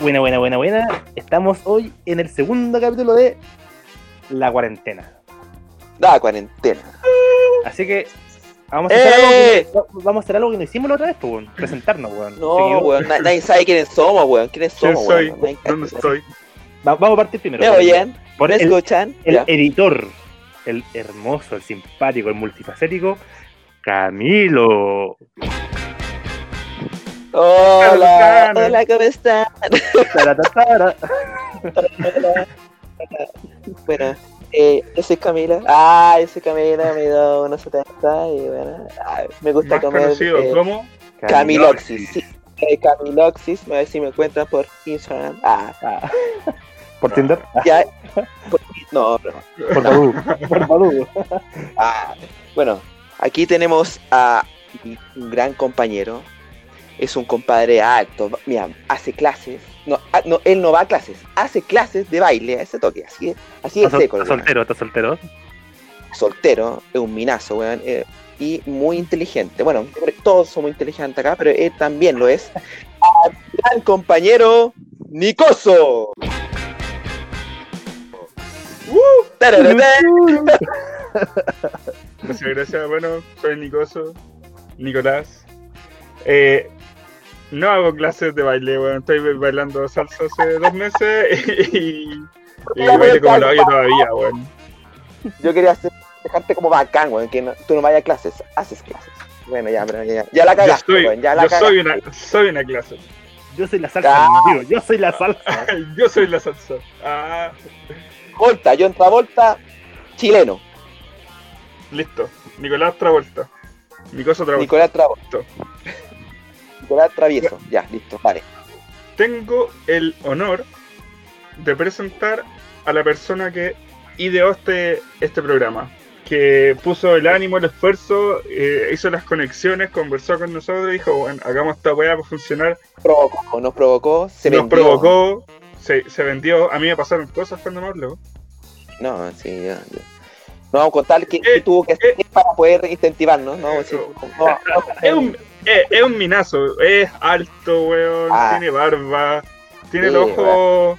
Buena, buena, buena, buena. Estamos hoy en el segundo capítulo de La cuarentena. La cuarentena. Así que vamos a hacer, ¡Eh! algo, que, vamos a hacer algo que no hicimos la otra vez, pues, weón. presentarnos, weón. Así que No, weón, na- nadie sabe quiénes somos, weón. ¿Quiénes ¿Quién somos, soy? weón? Nadie ¿Dónde cacha. estoy? va- vamos a partir primero. ¿Me weón. oyen? Por ¿Me el, escuchan? el Ya. editor, el hermoso, el simpático, el multifacético, Camilo. Hola, Carlos Cano. hola, ¿cómo están? Taratatara. Hola. Bueno, eh, yo soy Camila. Ah, yo soy Camila, mido 1.70 y bueno, ah, me gusta Más comer. conocido eh, como Camiloxis. Sí, eh, Camiloxis, me a ver si me encuentran por Instagram. Ah, Ah. Por Tinder, ya. por- No, no. por Badoo, por Badoo. Ah, bueno, aquí tenemos a un gran compañero. Es un compadre alto. Mira, hace clases. No, ah, no, él no va a clases. Hace clases de baile a ese toque. Así es, así es Está sol- seco. el está weón. soltero, está soltero. Soltero, es un minazo, weón. eh, y muy inteligente. Bueno, todos somos inteligentes acá, pero él también lo es. Al gran compañero Nicoso. Uh, tararara. Muchas gracias. Bueno, soy Nicoso, Nicolás. Eh, no hago clases de baile, weón. Estoy bailando salsa hace dos meses y, y baile como lo odio todavía, weón. Yo quería hacer- dejarte como bacán, weón, que no- tú no vayas a clases, haces clases. Bueno, ya, pero ya, ya la Yo, cagaste, soy, weón, ya la yo soy, cagaste. una, soy una clase. Yo soy la salsa, Ah. amigo, yo soy la salsa. Yo soy la salsa. Ah, Volta, John Travolta, chileno, listo. Nicolás Travolta. Nicoso Travolta. Nicolás Travolta. Nicolás Travieso, ya, listo, vale. tengo el honor de presentar a la persona que ideó este, este programa, que puso el ánimo, el esfuerzo, eh, hizo las conexiones, conversó con nosotros y dijo, bueno, hagamos esta weá para funcionar. Provocó, nos provocó, se Nos vendió. provocó, se, se vendió. A mí me pasaron cosas cuando me habló. No, sí, ya, ya. No vamos a contar qué, Eh, qué tuvo que hacer para poder incentivarnos, ¿no? Sí, no, no, Es un, eh, es un minazo, es alto, weón, Ah. tiene barba, tiene el Sí, ojo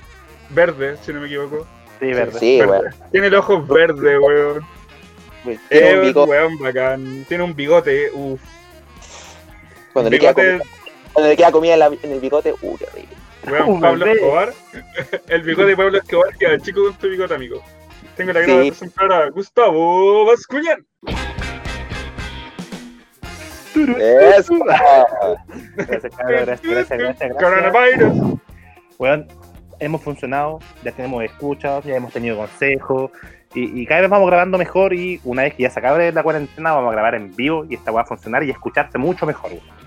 verde, si no me equivoco. Sí, verdad. sí, Verde. weón. Tiene el ojo verde, weón. Tiene un Eh, bigote. weón, bacán. Tiene un bigote, uff. Cuando le queda Bigote, comida, cuando le queda comida en, la- en el bigote, uh, qué horrible. weón, Un Pablo bebé. Escobar. El bigote de Pablo Escobar queda chico con tu bigote, amigo. Tengo la gran Sí. de presentar a Gustavo Bascuñán. Eso. Gracias, cabros, gracias, gracias, gracias, gracias. Coronavirus. Weón, hemos funcionado, ya tenemos escuchas, ya hemos tenido consejos. Y, y cada vez vamos grabando mejor y una vez que ya se acabe la cuarentena vamos a grabar en vivo y esta va a funcionar y escucharse mucho mejor. weón.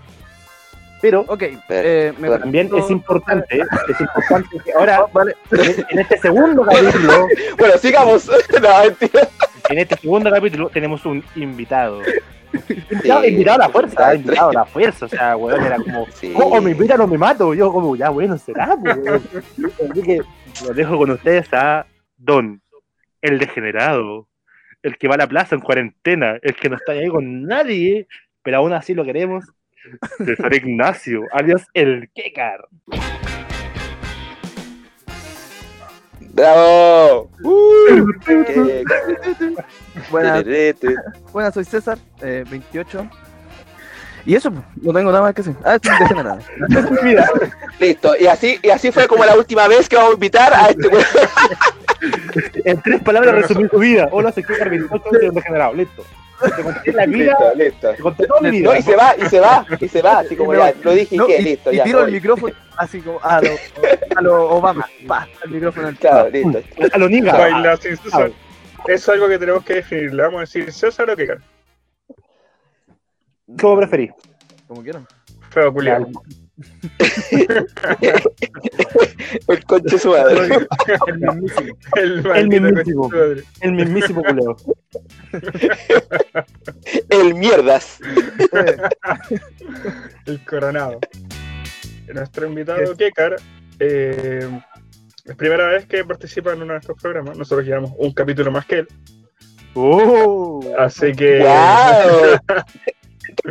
Pero Ok, eh, me Pero también presento- es importante, es importante que ahora, Ah, vale. en en este segundo capítulo, Bueno, sigamos. No, mentira. en este segundo capítulo tenemos un invitado. Invitado, Sí, invitado a la fuerza, exacto. invitado a la fuerza, o sea, weón, era como, Sí. o, o me invitan o me mato, yo como, ya bueno, será, pues, weón. Así que lo dejo con ustedes a Don, el degenerado, el que va a la plaza en cuarentena, el que no está ahí con nadie, pero aún así lo queremos. César Ignacio, alias el Kekar. ¡Bravo! Buenas, buenas, soy César, eh, 28. Y eso, pues, no tengo nada más que decir. Ah, estoy degenerado. Mira, Listo, y así, y así fue como la última vez que vamos a invitar a este weón. en tres palabras resumí tu vida. Hola, soy Kekar, 28 soy un degenerado, listo. Te conté la vida, listo. te conté toda mi vida. No, y se va, y se va, y se va, así como Me ya, voy. lo dije y No, qué, y, listo, y ya. tiro el voy. micrófono así como a lo, a lo Obama. Pa, el micrófono al Claro, listo. A lo niga. Baila sin César. Es algo que tenemos que definir. Le vamos a decir César o qué cara. ¿Cómo preferís? Como quieran. Feo culiado. El concho de su madre. El mismísimo. El, El maldito mismísimo. conchetumadre. El mismísimo culeo. El mierdas. Eh, El coronado. Nuestro invitado, qué cara. Eh, es primera vez que participa en uno de estos programas. Nosotros llevamos un capítulo más que eh, él. ¡Oh! Así que. ¡Guau!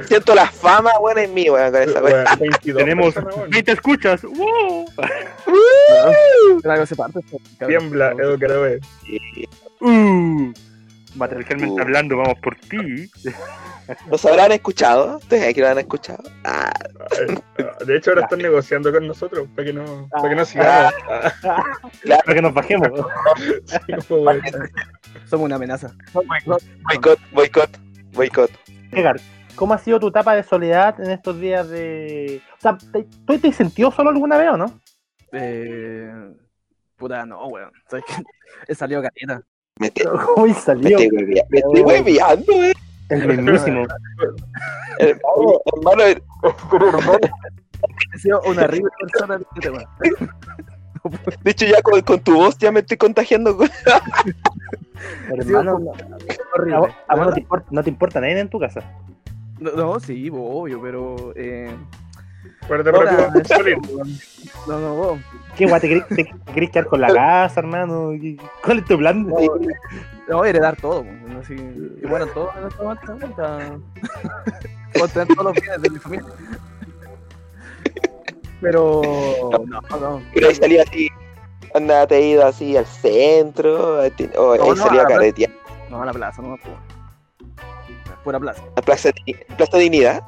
Siento la fama, weón, en mí, weón, con esa weón. Bueno, 22 Tenemos personas, weón. 20 escuchas. ¡Wow! Claro, se parte. Tiembla, Edo Caroe. ¡Uh! Matriarcal me está Uh. hablando, vamos por ti. ¿Los habrán escuchado? ¿Ustedes aquí lo han escuchado? Ah, De hecho, ahora están negociando con nosotros para que no, para que no sigamos. Ah, Para que nos bajemos. sí, como, weón. Somos una amenaza. boicot, boicot, boicot. Edgar, ¿cómo ha sido tu etapa de soledad en estos días de... O sea, ¿te- ¿tú te has sentido solo alguna vez o no? Eh, puta, no, weón. ¿Sabes qué? He salido careta. Me, te- Uy, me salió. estoy huevea- me estoy hueveando, weón. El mismísimo. Hermano, hermano, He sido una horrible persona. en este tema. de hecho ya con, con tu voz ya me estoy contagiando. weón. He sido Hermano, una- a vos, horrible. a vos no, te importa, no te importa nadie en tu casa. No, no, sí, bo, obvio, pero. Eh, Guarda Hola, rápido, eso, Solín. weón. no, no, vos. ¿Qué guay? ¿Te querés- te querés quedar con la casa, hermano? ¿Qué- ¿Cuál es tu plan? No, heredar todo. weón, Así, y bueno, todo en esta vuelta, weón, está- Puedo tener todos los bienes de mi familia. Pero. No, no. Pero ahí salí así. Anda, te he ido así al centro. ahí te- O No, ahí no, salí a a ver. carretear. No, a la plaza, no me puedo. Pura plaza. A Plaza, Di- Plaza Dignidad.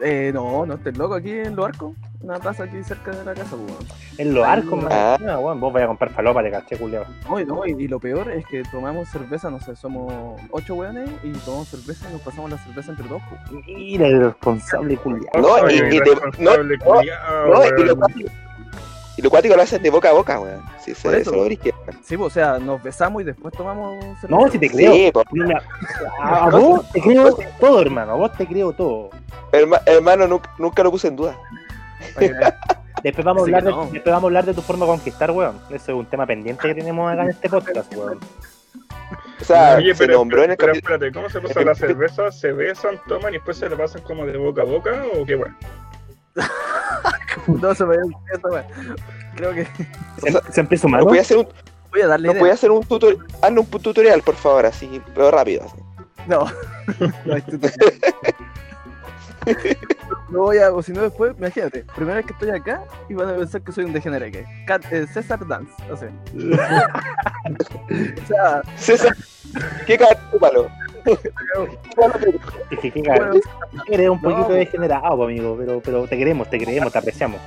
Eh, no, no estés loco aquí en Los Arcos. Una plaza aquí cerca de la casa, pues, weón. En los arcos, man. Ah. No, weón, vos vais a comprar falopa de caché, culiao. No, y, no, y, y lo peor es que tomamos cerveza, no sé, somos ocho weones y tomamos cerveza y nos pasamos la cerveza entre dos. pues. po. Mira el responsable, culiao. No, Ay, y- y te- irresponsable, no, no, culiao, No, y lo weón. cuático. Y lo cuático lo hacen de boca a boca, weón. Sí, se, Por eso. se lo brisque. Sí, po, o sea, nos besamos y después tomamos cerveza. No, si te creo. Sí, po. Mira, a, a vos te creo todo, hermano. A vos te creo todo. Herma- hermano, nunca, nunca lo puse en duda. Oye, Después vamos, a Así hablar de, que no. después vamos a hablar de tu forma de conquistar, weón. Eso es un tema pendiente que tenemos acá en este podcast, weón. O sea, Oye, se pero, nombró en el pero capítulo. espérate, ¿cómo se pasa la cerveza? ¿Se besan, toman y después se la pasan como de boca a boca o qué bueno? no, se me dio un esta wea. Creo que ¿Se, se empieza ¿No humano? podía hacer un, voy a darle no idea. podía hacer un tutorial? Hazme un tutorial, por favor, así, pero rápido. así. No. no, esto- este no voy a, o si no después, imagínate, primera vez que estoy acá y van a pensar que soy un degenerado. que- Cat- eh, César Dance, no sé. o sea, César, ¿qué palo? Es que, que- bueno, eres un poquito No. degenerado, amigo, pero, pero te queremos, te creemos, te apreciamos.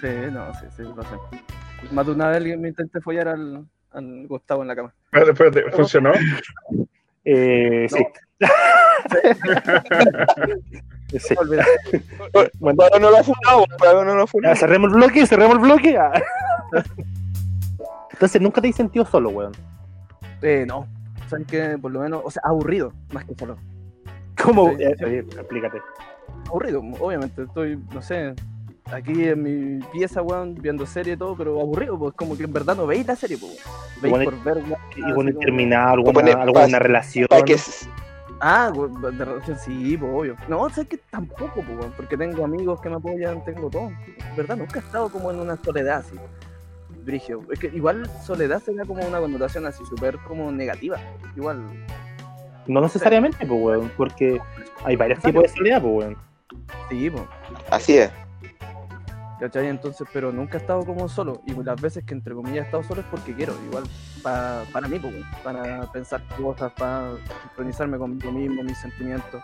Sí, no, sí, sí, lo sé. Más de una vez alguien me intenté follar al, al Gustavo en la cama. Espérate, espérate, ¿funcionó? Eh, No. sí. Sí. Olvida. Bueno, Pero no lo ha funado, pero no lo ya, ha funado. cerremos el bloque, cerremos el bloque. Ah. Entonces, nunca te has sentido solo, weón. Eh, no, saben que por lo menos, o sea, aburrido, más que solo. ¿Cómo? Sí. Eh, oye, explícate. Aburrido, obviamente, estoy, no sé, aquí en mi pieza, weón, viendo serie y todo, pero aburrido, pues como que en verdad no veis la serie, pues. weón. Veis Bueno, por ver, weón. Y bueno, así Ah, como- terminar alguna, Pone alguna paz- relación. Para que s- Ah, weón, de relación, sí, pues, obvio. No, sabes que tampoco, pues, weón, porque tengo amigos que me apoyan, tengo todo. En verdad, nunca he estado como en una soledad así. Brigio. Es que igual soledad se da como una connotación así súper como negativa. Igual, No necesariamente, pues, weón, porque hay varios tipos de soledad, pues, weón. sí, pues. po, Así es. ¿cachai? Entonces, pero nunca he estado como solo. Y las veces que entre comillas he estado solo es porque quiero, igual, pa- para mí, po, weón, para pensar cosas, para sincronizarme conmigo mismo, mis sentimientos.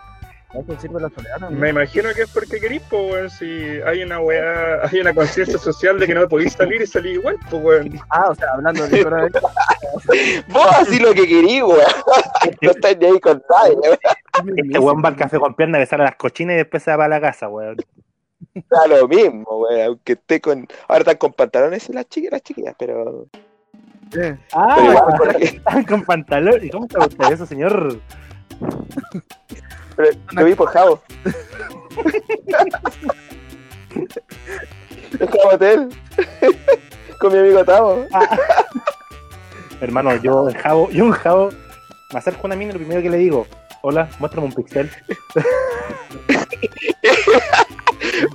¿A eso sirve la soledad también? Me imagino que es porque querís, po, weón, si hay una weá, hay una conciencia social de que no podís salir y salir igual, po, weón. Ah, o sea, hablando de ahora- Vos así lo que querís, weón. No estáis ni ahí con nadie, weón. Este weón va al café con pierna a besar a las cochinas y después se va para la casa, weón. Da lo mismo, weón. Aunque esté con. Ahora están con pantalones las chicas, las chiquillas, pero. Eh, pero Ah, igual, porque- con pantalón. ¿Y cómo te gusta eso, señor? pero lo vi por Javo. Es como hotel. Con mi amigo Tavo. Hermano, yo en jabo, yo en jabo, me acerco a una mina y lo primero que le digo, hola, muéstrame un pixel.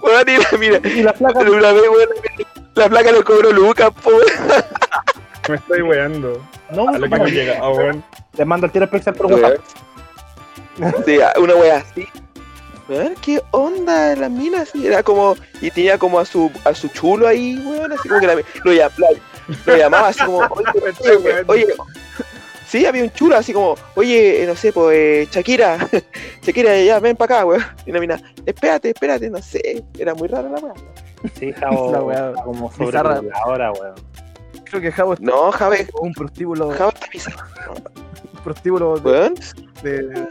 Weón, y la- mira, Y la placa, una vez, weón, la placa lo cobró Lucas, po. weón. Me estoy weando. no, A lo que no, hemos llegado, weón. le mando el tiro al pixel por WhatsApp. Sí, una wea así. weón, qué onda la mina así. Era como, y tenía como a su, a su chulo ahí, weón, así como que la, lo, llam- la- lo llamaba así como, oye, oye, oye, sí, había un chulo así como, oye, eh, no sé, pues, eh, Shakira, Shakira, ya, ven para acá, weón. Y la mina, espérate, espérate, no sé, era muy rara la weá. Sí, Javo, La weá está como bizarra. sobre ahora, weón. Creo que Javo es No, Jave, un prostíbulo, Jave está pisado, un prostíbulo de, weón. de,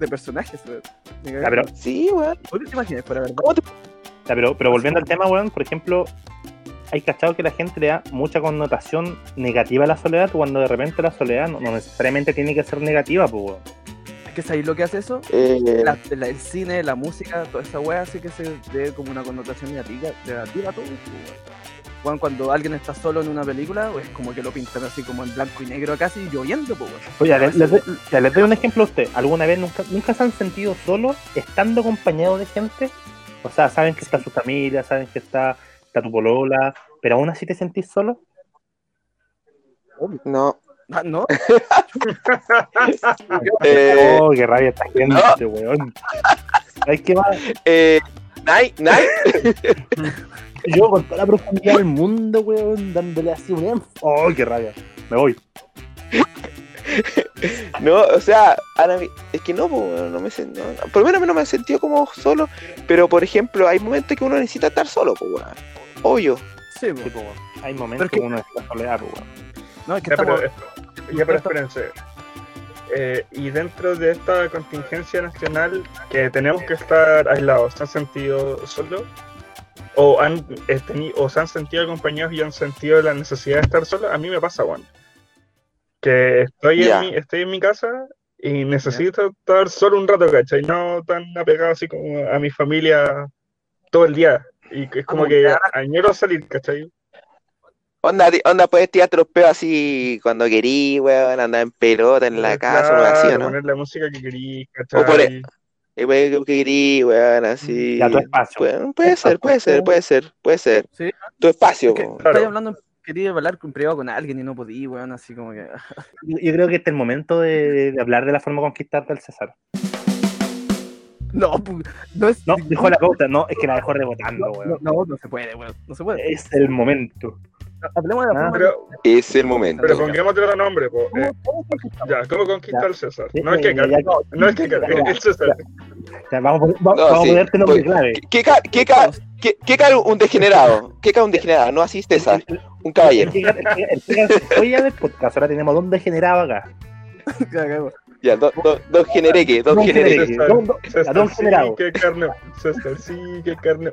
de personajes. weón. Me cagué. Ya, pero, Sí, weón. ¿Tú te imaginas? Pero, la verdad, ¿Cómo te ya, pero, pero volviendo al tema, weón, por ejemplo, hay cachado que la gente le da mucha connotación negativa a la soledad cuando de repente la soledad no, no necesariamente tiene que ser negativa, pues, weón. es que sabéis lo que hace eso. eh, La- la- el cine, la música, toda esa wea hace que se dé como una connotación negativa, negativa a todo. pues, weón. Weón, cuando alguien está solo en una película, es como que lo pintan así como en blanco y negro casi lloviendo, pues, weón. Oye, ya, les, les- ya, les doy un ejemplo a usted. ¿Alguna vez nunca, nunca se han sentido solos estando acompañados de gente? O sea, saben que está su familia, saben que está, está tu polola, pero aún así te sentís solo. no. Ah, no, Eh, Oh, qué rabia esta gente, weón. ¿Sabes qué más? eh, Nike, Nike. Yo con toda la profundidad del mundo, weón, dándole así un énfasis. Oh, qué rabia. Me voy. No, o sea, ahora mi- es que no, po, weón, no me sen- no, no, por lo menos no me he sentido como solo, pero por ejemplo, hay momentos que uno necesita estar solo, po, weón. Obvio. sí, po. Hay momentos Porque- que uno está soledad, weón. pues. no, es que Ya, pero, estamos... esp- ya, pero espérense. Eh, y dentro de esta contingencia nacional que tenemos que estar aislados, ¿se han sentido solos? ¿O, han, eh, teni- ¿O se han sentido acompañados y han sentido la necesidad de estar solos? A mí me pasa, Juan. Que estoy, Ya. en mi, estoy en mi casa y necesito estar solo un rato, ¿cachai? No tan apegado así como a mi familia todo el día. Y que es como Vamos, que ya. añoro salir, ¿cachai? Onda, ti- onda puedes tirarte los peos así cuando querís, weón, andar en pelota en la casa, weón, así, ¿o Eh, Claro, ¿no? poner la música que querís, por- e- ¿cachai? Y weón, que querís, weón, así. Y a tu espacio. Weón, puede ser, puede ser, puede ser, puede ser. Sí. Tu espacio, Es que po. Claro. estáis hablando, quería hablar con privado con alguien y no podí, weón, así como que... ah, Yo, yo creo que este es el momento de, de hablar de la forma conquistarte al César. No, pu- no es... No, dejó la pauta, no, es que la dejó rebotando, No, weón. Eh, no, no, no se puede, weón, no se puede. Es el momento. Hablemos de la Ah, forma Pero, Es el momento. pero pongámosle otro nombre, po. Eh, ¿Cómo conquistamos? ya, ¿cómo conquistó Ya. al César? Sí, No el que ya, cae, ya, no el que cae, el César. ya, vamos a, va- No, vamos sí, a ponerte nombre pues, clave. ¿Qué ca- qué ca- qué- qué cae un degenerado? ¿Qué cae un degenerado? No así, César, un caballero. El- el- el- el- el- el- Oye, del podcast, ahora tenemos dos degenerados acá. Cagamos. Ya, dos do, do genereque, dos Dos genereque. genereque, dos- dos- César, Don sí, Generado. qué carne. César, sí, qué carne.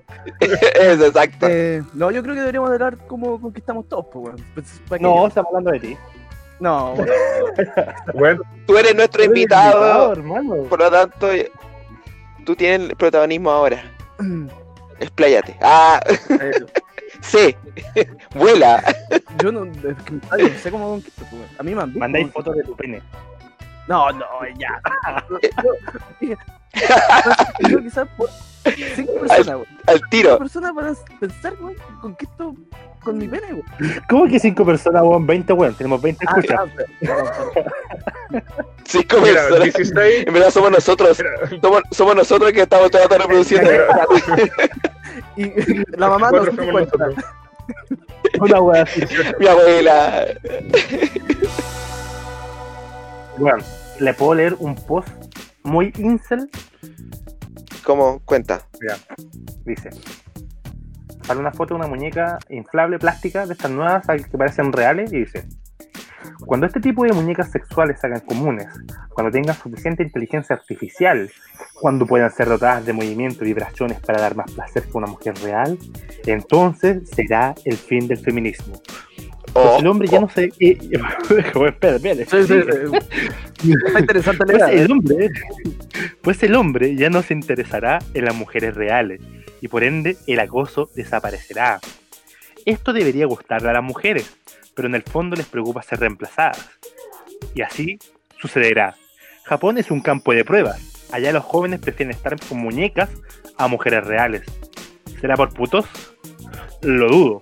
Eso, exacto. Eh, no, yo creo que deberíamos hablar cómo conquistamos todos, pues, weón. Pues, ¿para qué? No, estamos hablando de ti. No, weón. Bueno, Tú eres nuestro Eres invitado, invitado, hermano. por lo tanto, tú tienes el protagonismo ahora. Mm, Expláyate. Ah, eh, sí. Vuela. yo no, es que, ay, no sé cómo conquisto, pues, weón. A mí me han visto, Mandáis weón. fotos de tu pene. No, no, ya. Yo- Yo quizás por cinco personas, weón. Al Cinco tiro. personas para pensar, weón, conquisto con mi pene, weón. ¿Cómo que cinco personas, weón? 20, weón. Tenemos 20 Ah, escuchas. ah, perdón, perdón. Cinco mira, personas. 16. En verdad somos nosotros. Mira, Somos, somos nosotros que estamos todo el rato reproduciendo. mira, Y la mamá no cuatro se somos cuenta. nosotros. ah, Una weón así. Mi abuela. Weón, le puedo leer un post muy incel. ¿Cómo cuenta? Dice: Sale una foto de una muñeca inflable plástica de estas nuevas que parecen reales. Y dice: Cuando este tipo de muñecas sexuales se hagan comunes, cuando tengan suficiente inteligencia artificial, cuando puedan ser dotadas de movimiento y vibraciones para dar más placer que una mujer real, entonces será el fin del feminismo. Pues Oh, el hombre ya no se. eh, y- y- Bueno, espera, espera. Sí, sí, sí. Está interesante la Pues idea, el, hombre, pues el hombre ya no se interesará en las mujeres reales y por ende el acoso desaparecerá. Esto debería gustarle a las mujeres, pero en el fondo les preocupa ser reemplazadas. Y así sucederá. Japón es un campo de pruebas. Allá los jóvenes prefieren estar con muñecas a mujeres reales. ¿Será por putos? Lo dudo.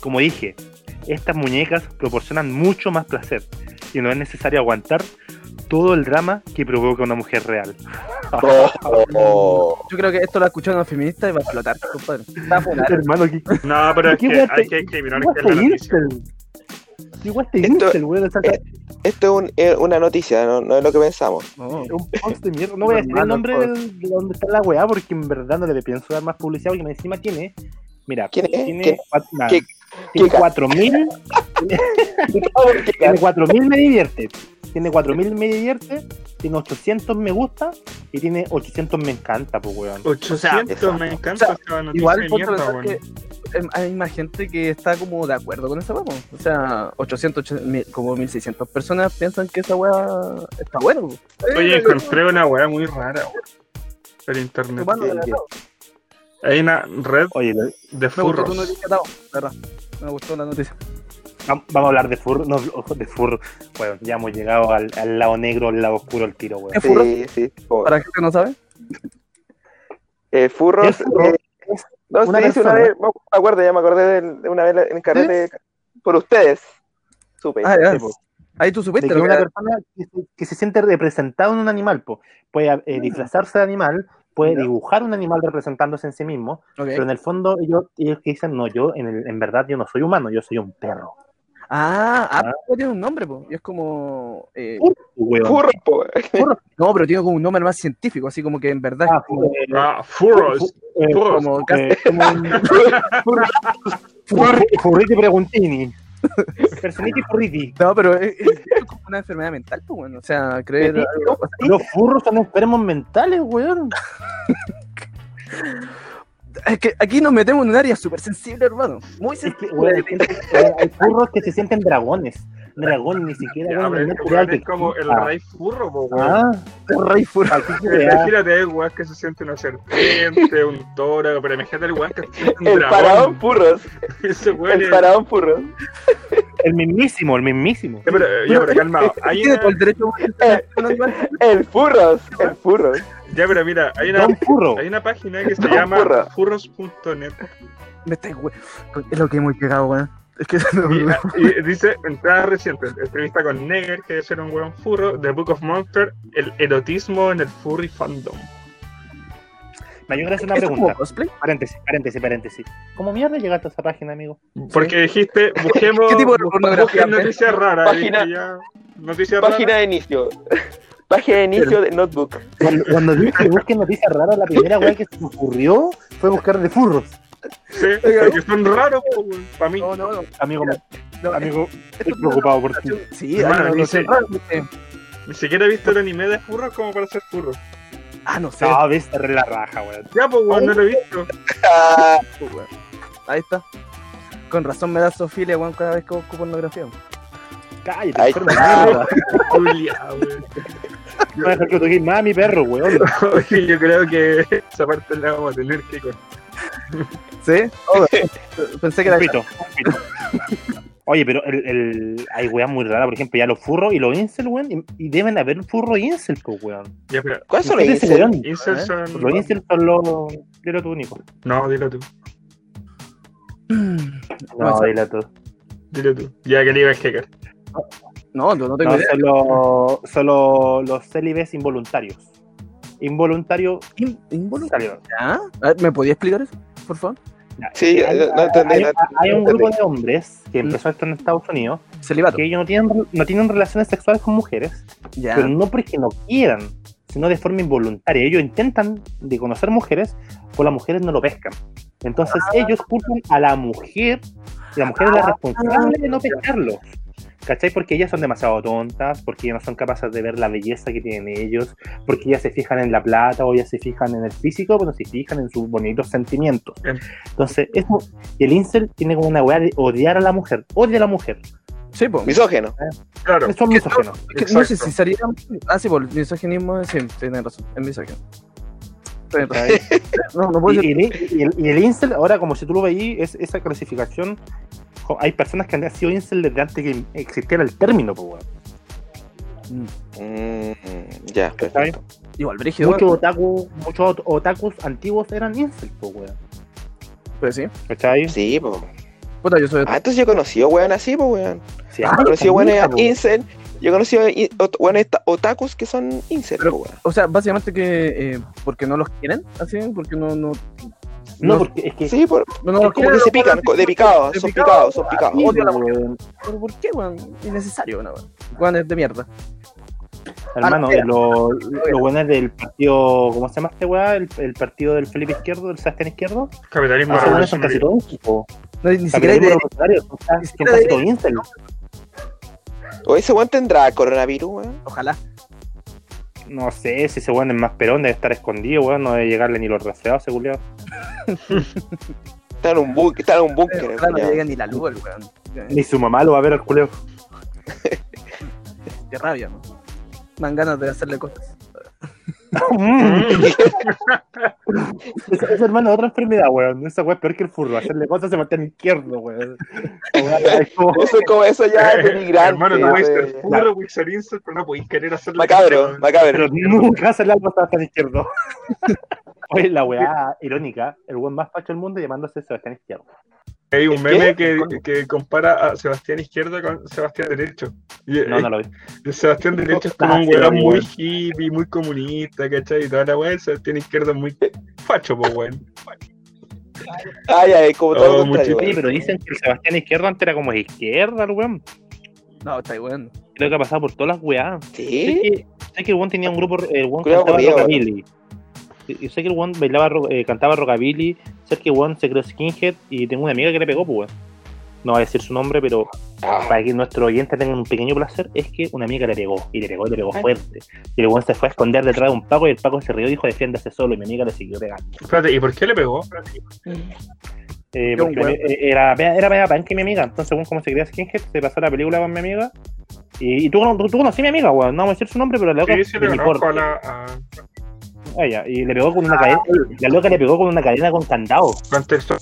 Como dije, estas muñecas proporcionan mucho más placer y no es necesario aguantar todo el drama que provoca una mujer real. Oh, Yo creo que esto lo escucharon los feministas y va a explotar, compadre. Va a funar. Hermano, ¿qué, No, pero es ¿Qué que weá te- hay que discriminar qué weá en la te noticia. Intel? ¿Qué weá te Esto- Intel, weón? O sea, Esto es un- es una noticia, no, no es lo que pensamos. No. un post de mierda. No voy a decir el Hermano, nombre por- del- de donde está la weá porque en verdad no le pienso dar más publicidad porque encima tiene. Mira, ¿Quién es? tiene ¿Quién- cuatro- nada, qué- tiene qué- 4000 Ah, Tiene 4000 me divierte. Tiene 4000 me divierte. Tiene 800 me gusta. Y tiene 800 me encanta, pues, weón. 800, O sea, me encanta esta noticia Igual de puedo mierda, pensar weón. que em, hay más gente que está como de acuerdo con esa weá. po. O sea, 800, ocho- mil- como 1600 personas piensan que esa weá está buena. po. Oye, Eh, encontré una weá muy rara, weón. Por internet. Humano de la- Hay una red Oye, lo- de Me gustó tu furros. noticia, Tao, la verdad. Me gustó la noticia. vam- vamos a hablar de furro. No, ojo, de furro. Bueno, ya hemos llegado al, al lado negro, al lado oscuro, el tiro, weón. ¿Es furro? Sí, sí. Oh, Para gente que no sabe, eh, furros. ¿Es furro? eh, no Una se dice una persona. vez, me acuerdo, ya me acordé de, de una vez en el carrete por ustedes. Supe. Ah, ya. Sí, po. ahí tú de supiste que lo que una era. persona que se, que se siente representada en un animal, po. puede eh, disfrazarse de animal, puede Ya. dibujar un animal representándose en sí mismo, pero Ok. en el fondo ellos, ellos que dicen, no, yo en, el- en verdad yo no soy humano, yo soy un perro. Ah, ah, Ah. pero tiene un nombre, po. Y es como. eh, Weón. Furro, po. no, pero tiene como un nombre más científico, así como que en verdad. Ah, es como- eh, Ah, furros. eh, furros. como casi- eh, como un- Furri- Furriti Preguntini. Personiti Furriti. No, pero es, es como una enfermedad mental, pues, bueno. O sea, creer. algo- o sea, Los furros son enfermos mentales, weón. es que aquí nos metemos en un área súper sensible, hermano. Muy Es que, sensible. weón, hay, gente- weón, hay furros que se sienten dragones. Dragón, ni siquiera. Ya, weón, pero no este crean weón es que como el exista. rey furro, po, weón. Ah, El rey furro. así que weá. Imagínate el weón que se siente una serpiente, un toro, pero imagínate el weón que se siente un El faraón dragón. furros. Ese weón El es- faraón furros. El mismísimo, el mismísimo. Ya, pero, ya, pero calmado. Hay tiene una- todo el derecho a estar con un animal. El furros. El furros. ya, pero mira, hay una, Don Furro. hay una página que se Don llama Furro. furros.net Me estáis, güey. Es lo que hemos pegado, weón. Es que. y, y dice, entrada reciente, entrevista con Neger, que es un weón furro, The Book of Monster, el erotismo en el furry fandom. Me ayuda a hacer una ¿Es como pregunta. cosplay? Paréntesis, paréntesis, paréntesis. ¿Cómo mierda llegaste a esa página, amigo? Porque dijiste, busquemos ¿Qué tipo de bu- pornografía busquen ves? noticias raras. y Página- dije ya, Noticias Página raras. de inicio. Página de inicio de Notebook. Cuando, cuando dije busquen noticias raras, la primera weá que se me ocurrió fue buscar de furros. Sí, porque son raros, para mí. No, no, no. Amigo, me- no eh, amigo, esto estoy es una preocupado por ti. relación- Sí, Hermano, hay una dice- relación rara, porque- Ni siquiera he visto el anime de furros como para ser furro. Ah, no sé. No, ves, cerré la raja, weón. Ya, pues, weón, no lo he visto. Ah, Pues, weón. Ahí está. Con razón me da sofilia, weón, cada vez que busco pornografía. weón. Cállate, Ahí enfermo, está. mierda. Julia, weón. No voy a dejar que toque más a mi perro, weón. Oye, yo creo que esa parte la vamos a tener que cortar. ¿Sí? Oh, weón. Pensé que Un era. pito, un pito. Oye, pero el, el- hay weas muy raras, por ejemplo, ya los furros y los incel, weón. Y, y deben haber furro y incel, pues, weón. Ya, pero, ¿Cuáles son los Imagínate ese inicios? weón. incel eh, son- Los incel son los. Dilo tú, Nico. No, dilo tú. No, dilo tú. Dilo tú. Ya que le iba a hackear. No, no, no tengo No, idea. solo, solo los célibes involuntarios. Involuntario In- involuntario. salió. ¿Ah? A ver, ¿Me podía explicar eso, por favor? Sí, eh, Hay, no entendí. hay- no- hay no un grupo entendí. de hombres que empezó esto en Estados Unidos Celibato. que ellos no tienen, no tienen relaciones sexuales con mujeres, Ya. pero no porque no quieran, sino de forma involuntaria. Ellos intentan de conocer mujeres, pero las mujeres no lo pescan. Entonces ellos culpan a la mujer, y la mujer es la responsable de no pescarlo. ¿Cachai? Porque ellas son demasiado tontas, porque ellas no son capaces de ver la belleza que tienen ellos, porque ellas se fijan en la plata o ellas se fijan en el físico, pero no se fijan en sus bonitos sentimientos. Bien. Entonces, eso, y el incel tiene como una weá de odiar a la mujer, odia a la mujer. Sí, pues. Misógeno. Claro. Son misógenos. no sé exacto. si sería. Ah, sí, por el misoginismo. Sí, tienes razón. Es misógino. Tienes razón. ¿cachai? No, no puedo Y, decir. y- y el, y el incel, ahora como si tú lo veís, es esa clasificación. jo, Hay personas que han sido incel desde antes que existiera el término, po, weón. Mm, ya, ¿cachai? perfecto. Igual, brígido. Muchos weón. otaku, muchos ot- otakus antiguos eran incel, po, weón. Pues sí. ¿Cachai? Sí, po. Puta, yo soy. Ah, entonces yo conocí a weón así, po, weón. Sí, Conocí a también, weón po. Incel. Yo he conocido i- ot- bueno, esta- otakus que son incels, Pero- po, weón. O sea, básicamente que eh, porque no los quieren, así, porque no, no, No, no- porque es que. Sí, por- no, no los como que quieren, se pican, co- de picados, de ah, son picados, picados, son picados. odio a la weón, pero ¿por qué, weón? Innecesario, weón. Weón es de mierda. hermano, espera. lo, lo bueno es del partido. ¿Cómo se llama este weá? El, el partido del Felipe Izquierdo, del Sebastián Izquierdo. Capitalismo Ah, esos weones son casi revolucionario. todos. po. No, ni siquiera hay Capitalismo de- revolucionario, Son ni casi son siquiera casi de- todos incel. O ese weón tendrá coronavirus, weón. Ojalá. No sé si ese weón es más perón, debe estar escondido, weón. No debe llegarle ni los rastreados, ese culiao. Está en un búnker, está en un búnker, eh, Ojalá no culiao. llega ni la luz, el weón. Ni su mamá lo va a ver al culeo. Qué rabia, ¿no? Me dan ganas de hacerle cosas. Mm. Esa, esa, hermano es otra enfermedad, weón. Esa weón es peor que el furro. Hacerle cosas se mantiene izquierdo, weón. Es como- Eso, es como, eso ya es denigrante. Hermano, no puedes ser weón. puro puedes ser incel, pero no podéis querer hacerlo. Macabro, Pero macabro. nunca se le ha pasado hasta el izquierdo. Oye, la weá irónica, el weón más facho del mundo llamándose Sebastián Izquierdo. Hay un ¿Qué? meme que, que compara a Sebastián Izquierdo con Sebastián Derecho. Y, No, eh, no lo vi. Sebastián Derecho es Ah, como un sí, weón lo vi, muy weón. hippie, muy comunista, ¿cachai? Y toda la weón. Sebastián Izquierdo es muy facho, pues weón. Ay, ay, Ah, como todo Oh, lo contrario, muchísimo. Oye, weón. pero dicen que el Sebastián Izquierdo antes era como de izquierda, el weón. No, está ahí, weón. Creo que ha pasado por todas las weás. Sé Sí, que, sé que el One tenía un grupo, el One Creo cantaba que Diego, rockabilly. Y- y sé que el One bailaba, ro- eh, cantaba rockabilly, sé que el One se creó skinhead y tengo una amiga que le pegó, pues. weón. No voy a decir su nombre, pero para que nuestro oyente tenga un pequeño placer, es que una amiga le pegó, y le pegó, y le pegó Ay. fuerte. Y el One se fue a esconder detrás de un paco y el paco se rió y dijo, defiéndase solo, y mi amiga le siguió pegando. Espérate, ¿y por qué le pegó? Eh, Qué porque buen mi- eh, era, era media pan que mi amiga, entonces según cómo se creía skinhead, se pasó la película con mi amiga. Y, y tú, tú, tú conocí a mi amiga, weón, no vamos a decir su nombre, pero la loca Sí, es sí, le de mi conozco a porte. la. a- Ah, ya, y le pegó con una cadena. La loca le pegó con una cadena con candado. Contexto.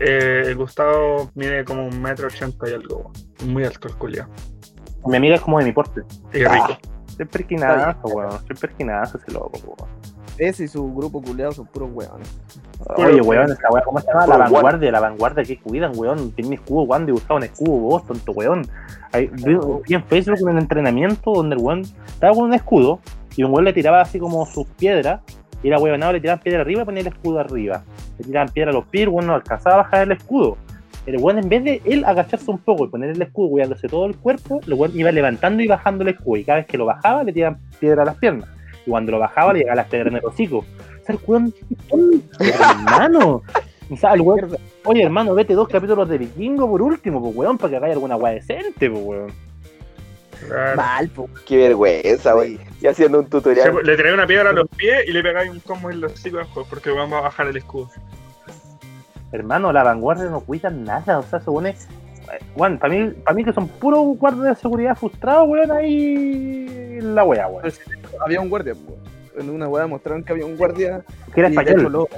Eh, el Gustavo mide como un metro ochenta y algo, weón. Muy alto el culiao. Mi amiga es como de mi porte. Y rico. Soy perquinazo, weón. Soy perquinazo ese loco, weón. Ese y su grupo culeado son puros weones. Oye, weón, esa weón, ¿cómo se llama? La Puro guan- vanguardia, la vanguardia que cuidan, weón. Tienen escudo, weón, dibujado en escudo, vos, tonto, weón. Ahí, vi, vi en Facebook un entrenamiento donde el weón estaba con un escudo y un weón le tiraba así como sus piedras y la weonado le tiraban piedra arriba y ponía el escudo arriba. Le tiraban piedra a los pies, el weón no alcanzaba a bajar el escudo. El weón, en vez de él agacharse un poco y poner el escudo cuidándose todo el cuerpo, el weón iba levantando y bajando el escudo. Y cada vez que lo bajaba, le tiraban piedra a las piernas. Y cuando lo bajaba, le llegaban las piedras en el hocico. O sea, el weón. hermano. O sea, el weón. Oye, hermano, vete dos capítulos de Vikingo por último, pues, weón, para que hagáis alguna weá decente, pues, weón. Claro. Mal, po. qué vergüenza, güey. Y haciendo un tutorial. Se- Le tiráis una piedra a los pies y le pegáis un combo en los chicos porque vamos a bajar el escudo. Hermano, la vanguardia no cuida nada, o sea, según es. Juan, para mí, pa' mí que son puros guardias de seguridad frustrados, weón, ahí en la wea, Pues, weón. Había un guardia, po. En una weá mostraron que había un guardia. Que era y de hecho español.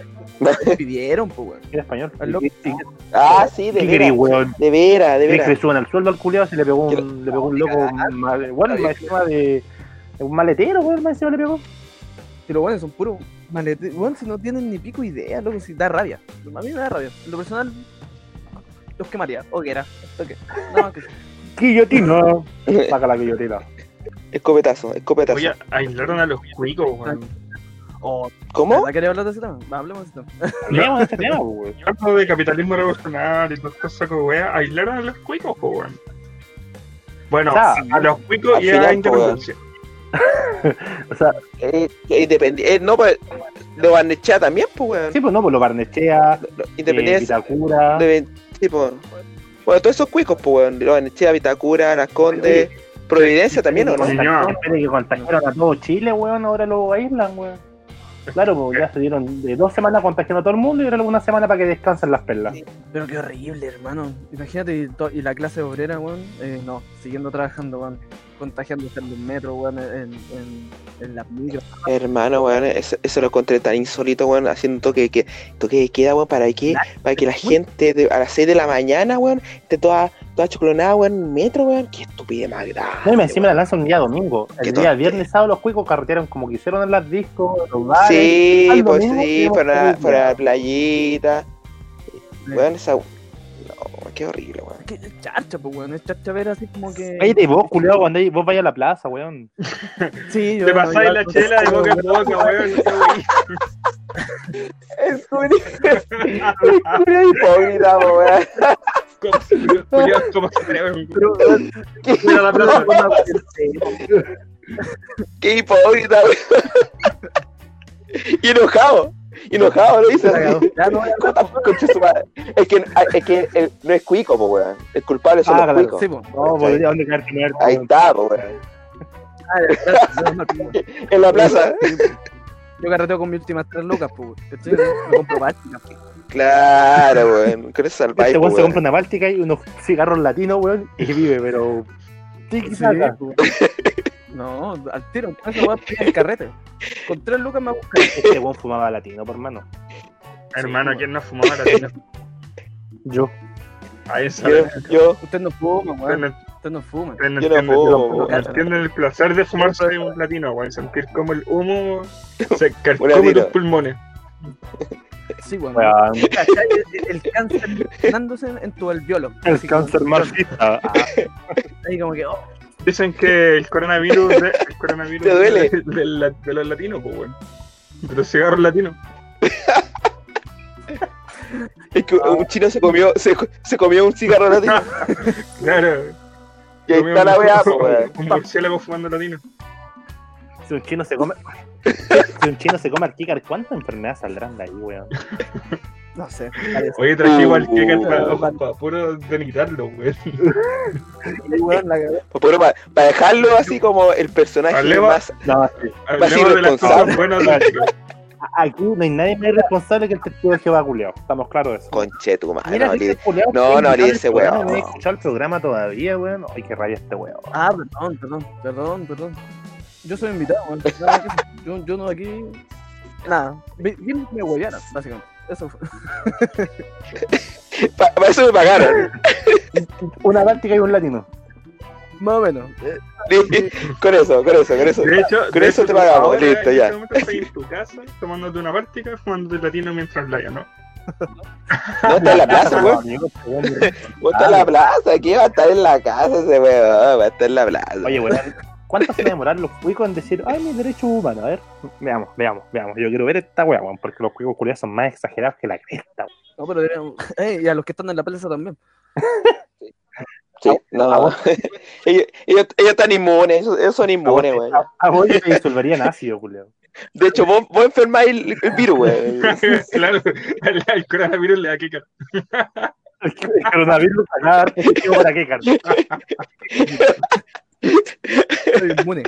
lo despidieron, po, weón. que Era español. Al loco. ¿Y qué- Ah, sí, de ¿Qué querí, veras. weón? De veras, de ¿Querés que le veras. suban al sueldo al culiado si le pegó un, le pegó un loco, un mal- bueno, más encima de de un maletero, weón, más encima le pegó. Y los weones son puros maletes. Weón, si no tienen ni pico idea, loco, si da rabia. A mí me da rabia. En Lo personal, los quemaría. Hoguera. Toque. Nada más que eso. Guillotina. Saca la guillotina. Escopetazo, escopetazo. Oye, aislaron a los cuicos, weón. Oh, ¿Cómo? ¿verdad quería hablar de ese tema? Va, hablemos de ese tema. Hablemos de este tema, weón. Hablando de capitalismo revolucionario y todas esas cosas, weón. Aislaron a los cuicos, po, weón. Bueno, O sea, a los cuicos al y a la final, po, weón. independencia. O sea, Eh, eh, independi- eh, no, pues, lo van a echar también, pues, weón. sí, pues no, pues lo barnechea, Lo- eh, Independencia. Vitacura. de- sí, po. Bueno, todos esos cuicos, pues, weón. Lo van a echar a Vitacura, Las Condes, Providencia también, ¿o no? Sí. Contagiaron- Señor. espere que contagiaron a todo Chile, weón, ahora lo aíslan, weón. Claro, pues ya se dieron de dos semanas contagiando a todo el mundo y ahora una semana para que descansen las perlas. Pero qué horrible, hermano. Imagínate, y, to- y la clase obrera, weón. eh, no, siguiendo trabajando, weón. Contagiándose en los metros, weón. En, en, en las micros. Hermano, weón, eso, eso lo encontré tan insólito, weón, haciendo toque de, que, toque de queda, weón, para que, para que la gente de- a las 6 de la mañana, weón, esté toda, toda chocolonada, weón, en el metro, weón. Qué estupidez más grande. No, y me encima weón. la lanza un día domingo. Qué El día tontería. viernes, sábado, los cuicos carretearon como quisieron en las discos, en los bares. Sí, al pues domingo sí, fuimos para, todos para la ya. playita. Weón, esa. No, qué horrible, weón. Que es charcha, pues, weón. Es charcha ver así como que. Cállate vos, culiado, cuando hay- vos vayas a la plaza, weón. Sí, yo. Te no, pasáis igual, la pues, chela de boca en boca, weón. no te voy. Es una hipócrita, po, weón. Como- culiao, ¿Cómo se atreve? Qué- Mira la plaza. pues, ah, Qué hipócrita, weón. Y enojado. Enojado, lo dice. así. Ya no, ya, Concha- concha su madre. Es que, ah, es que el- no es cuico, po, weón. El culpable son Ah, los claro. cuicos. sí, No, po. pues, Ahí. podría dónde quedarte muerto. Ahí weón. está, po, weón. Ah, ya, gracias, menos mal, po. En la plaza. Yo carreteo con mis últimas tres lucas, pues. Estoy me compro básicas, pues. po. Claro, weón. Con eso salváis, Este po, weón se weón. compra una báltica y unos cigarros latinos, weón, y vive, pero. Tiki Sí, po. No, al tiro, pues, esa weá pide el carrete. Con tres lucas me busca. Este weón fumaba latino, por hermano. Hermano, ¿quién no fumaba latino? Yo. Ahí saben. Yo, yo, Usted no fuma, weón. Ustedes Usted no fuma. no Yo no entienden- fumo, no entienden el placer de fumarse un latino, weón. Sentir como el humo se carcome latino. los pulmones. Sí, weón. Weón, ¿Cachai? El- El cáncer dándose en tu alveolo. el Así como- cáncer marxista. Ah, Ahí como que, oh, Dicen que el coronavirus, de- el coronavirus Te duele. De, de la- de los latinos, pues, weón. De los cigarros latinos. es que un chino se comió, se, se comió un cigarro latino. Claro. Y ahí está la weá, po, weón. Un murciélago fumando latino. Si un chino se come. Si un chino se come al Kikar, ¿cuántas enfermedades saldrán de ahí, weón? no sé. parece. Oye, traje igual que Uh. para puro denigrarlo, weón. Y, weón, la cagó. Pero para dejarlo así como el personaje Aleva. más. No, sí. Hablemos de las cosas irresponsable. buenas de Chile. A- Aquí no hay nadie más responsable que el testigo de Jehová culiao. Estamos claros de eso. Conche tu madre. Ah, Mira, no, dice li- el culiao no, que no, invitado dice, al programa, weón. No he escuchado el programa todavía, weón. Ay, qué rabia este weón. Ah, perdón, perdón, perdón, perdón. Yo soy invitado, weón. Nada que eso. Yo, yo no aquí. Nada. Vi- Bien me hueviaron, básicamente. Eso fue. pa- para eso me pagaron. Una báltica y un latino. Más o menos. Li- con eso, con eso, con eso. De hecho, Con de eso hecho, te tú pagamos, ahora listo, en ya. este momento estás en tu casa, tomándote una báltica, fumándote latino mientras laya, ¿no? No está en la plaza, No, weón. amigo, este weón. No está en la plaza. Aquí va a estar en la casa ese weón. Va a estar en la plaza. Oye, weón. ¿Cuánto se demoraron los cuicos en decir, ay, mis derechos humanos? A ver, veamos, veamos, veamos. Yo quiero ver esta weá, weón, porque los cuicos culiados son más exagerados que la cresta, weón. No, pero era- eh, y a los que están en la plaza también. Sí, no. ellos, ellos, ellos están inmunes. Ellos, ellos son inmunes, weón. A, a vos te disolverían ácido, culiao. De hecho, vos, vos enfermás el, el virus, weón. claro, al, al coronavirus le da que El coronavirus para nada, dar positivo para qué, Carlos. Soy inmune.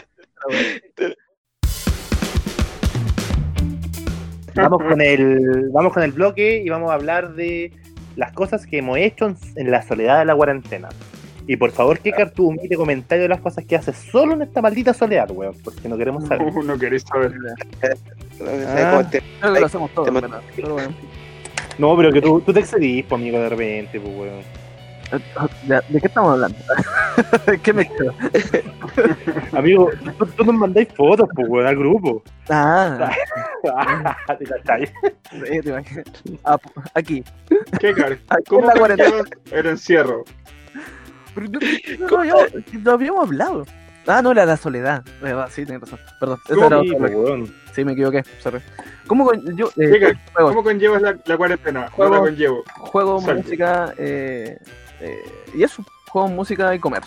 Vamos con el vamos con el bloque y vamos a hablar de las cosas que hemos hecho en, en la soledad de la cuarentena. Y por favor, Kekar, tú omite comentario de las cosas que haces solo en esta maldita soledad, weón, porque no queremos saber. Uh, no queréis saber. ¿Sabes cómo te- Creo que lo hacemos todos, Te mat- ¿verdad? Pero bueno. No, pero que tú, tú te excedís, pues, amigo, de repente, pues, weón. ¿De, de qué estamos hablando? ¿Qué me quedo? Amigo, tú, tú nos mandáis fotos, pues, weón, al grupo. Ah, ¿Te cachai? eh, te imaginas. Ah, pu- aquí. ¿Qué car? Aquí en ¿Cómo la cuarentena. cambiamos el encierro? Pero yo- yo no habíamos- no habíamos hablado. Ah, no, la de la soledad. Eh, va, Sí, tienes razón. Perdón. Esa ¿Cómo era Sí, otra. pues, weón. Sí, me equivoqué. Sorry. ¿Cómo con- yo eh, ¿Qué car? juego, ¿Cómo conllevas la, la cuarentena? No la Juego. conllevo. juego Salve. música eh, eh, y eso? Juego música y comer.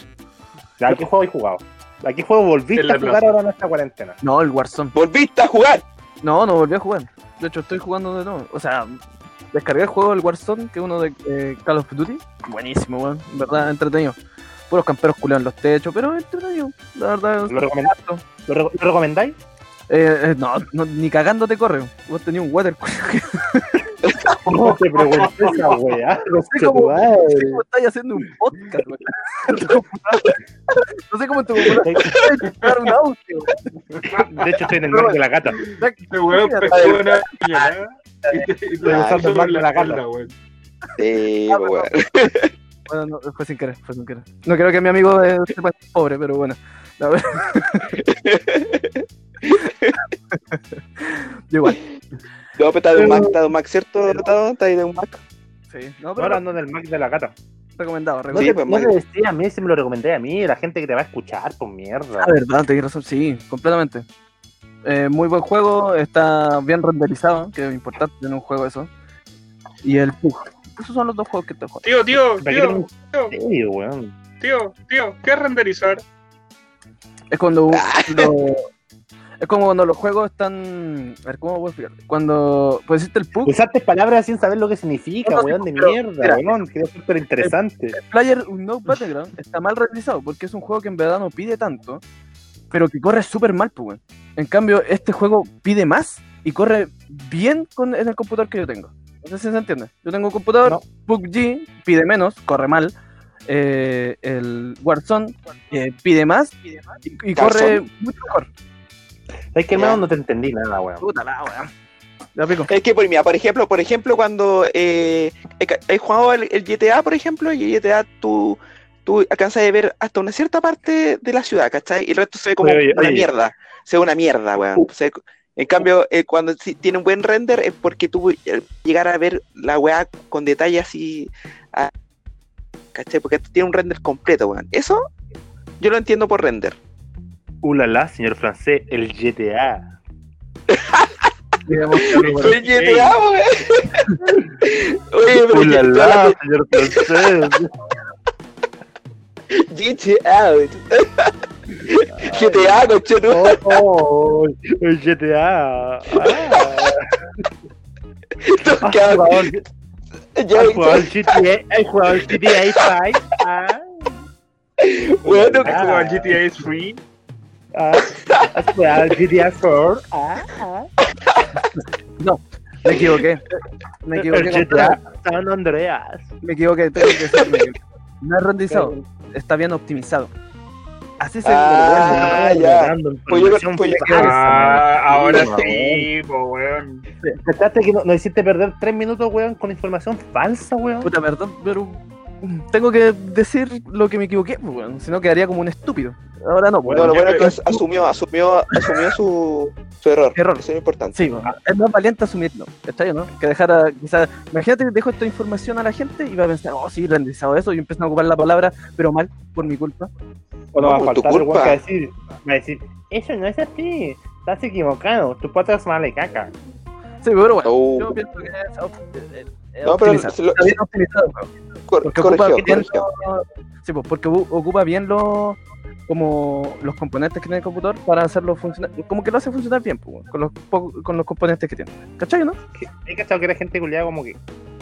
Ya, ¿A qué juego has jugado? ¿A qué juego volviste En la a jugar plaza. ahora en esta cuarentena? No, el Warzone. Volviste a jugar. No, no volví a jugar. De hecho, estoy jugando de nuevo. O sea, descargué el juego del Warzone, que es uno de eh, Call of Duty. Buenísimo, weón. En verdad, entretenido. Puros camperos culeados en los techos, pero entretenido. La verdad, ¿Lo, recomendás? ¿Lo, re- lo recomendáis? eh, eh, no, no, ni cagándote corre. Vos tenías un water No te pregunté esa weá. No sé cómo- No sé cómo estáis haciendo un podcast, weón. En tu computadora. No sé cómo en tu computadora puedes grabar un audio. weón. De hecho, estoy en el mar de la gata. Este weón Mira, pescó una piñonada y te- y te Ah, lanzó el por Mac de la la Carla. espalda, weón. Sí, Ah, pues, weón. Bueno, no, fue sin querer, fue sin querer. No creo que mi amigo eh, sepa que es pobre, pero bueno. La verdad. Yo igual. No, pero está de un Mac, está de un Mac, ¿cierto, Tado? Está ahí de un Mac. Sí. No, pero Ahora ando en el Mac de la gata. Recomendado, No, recomendado. Sí, te, pues, no te Mario. decía a mí, si me lo recomendé a mí, la gente que te va a escuchar, pues mierda. La Ah, verdad, tenés razón, sí, completamente. Eh, muy buen juego, está bien renderizado, que es importante en un juego eso. Y el Pug. Esos son los dos juegos que te juego. Tío, tío, ¿Para qué tío, tío, te digo, weón? tío, tío, ¿qué es renderizar? Es cuando lo- es como cuando los juegos están. A ver, ¿cómo puedo explicar? Cuando. Pues existe el Pug, Usaste palabras sin saber lo que significa, No, no, weón, de pero, mierda, mira. weón. Que es súper interesante. Player No Battleground está mal renderizado porque es un juego que en verdad no pide tanto, pero que corre súper mal, pues, weón. En cambio, este juego pide más y corre bien con, en el computador que yo tengo. No sé si se entiende. Yo tengo un computador, No. PUBG pide menos, corre mal. eh, el Warzone eh, pide más y, y corre Warzone. mucho mejor. Es que, hermano, Ya. no te entendí nada, weón. Puta la weá. Ya pico. Es que, por, mira, por ejemplo, por ejemplo, cuando eh, he, ca- he jugado el, el GTA, por ejemplo, y el GTA tú, tú alcanzas a ver hasta una cierta parte de la ciudad, ¿cachai? Y el resto se ve como Oye, oye, Uh. una oye. mierda. Se ve una mierda, weón. Se ve- en cambio, eh, cuando sí tiene un buen render es porque tú eh, llegar a ver la weá con detalle así, a- ¿cachai? Porque tiene un render completo, weón. Eso yo lo entiendo por render. Ulala, señor francés, el GTA. Digamos que algo por ahí. El GTA, weón. Oye, pero Ulala, señor francés. GTA, güey. GTA, cochero. Oh, oh, oh. El GTA. Ah, ¿Has jugado al- Ya, ¿Has jugado al GTA? ¿Has jugado al GTA 5? Ah, bueno, ¿Has jugado al GTA 3? ah. ¿Has jugado al GTA 4? Ah, ah. Me equivoqué. Me El equivoqué. GTA San Andreas. Me equivoqué, tengo que decir, me equivoqué. No es renderizado, está bien optimizado. Así se Ah, bueno, ya. Dando Pues yo- información pues yo- falsa, Ah, ahora Por sí, po, weón. weón. Pensaste que no- nos hiciste perder tres minutos, weón, con información falsa, weón. Pues, Puta, perdón, pero um, tengo que decir lo que me equivoqué, pues, weón, si no quedaría como un estúpido. Ahora no, pues. No, lo yo bueno es que creo- as- asumió, asumió, asumió su, su error. Error. Eso es lo importante. Sí, weón, es más valiente asumirlo, ¿cachai? ¿no? Que dejar a, quizás, imagínate que dejo esta información a la gente y va a pensar, oh, sí, renderizado eso, y empiezan a ocupar la palabra, pero mal, por mi culpa. O no No, va a por faltar tu el culpa. weón que va a decir, va a decir, eso no es así, estás equivocado, tu pata es mala y caca. Sí, pero bueno, Oh. yo pienso que es op- es No, pero optimizado. se lo- Está bien optimizado, weón. Cor- porque corrigió, ocupa bien corrigió. los- sí, pues, porque u- ocupa bien los como los componentes que tiene el computador para hacerlo funcionar como que lo hace funcionar bien pues, con los po- con los componentes que tiene ¿cachai no? Que- He cachado que la gente culiada como que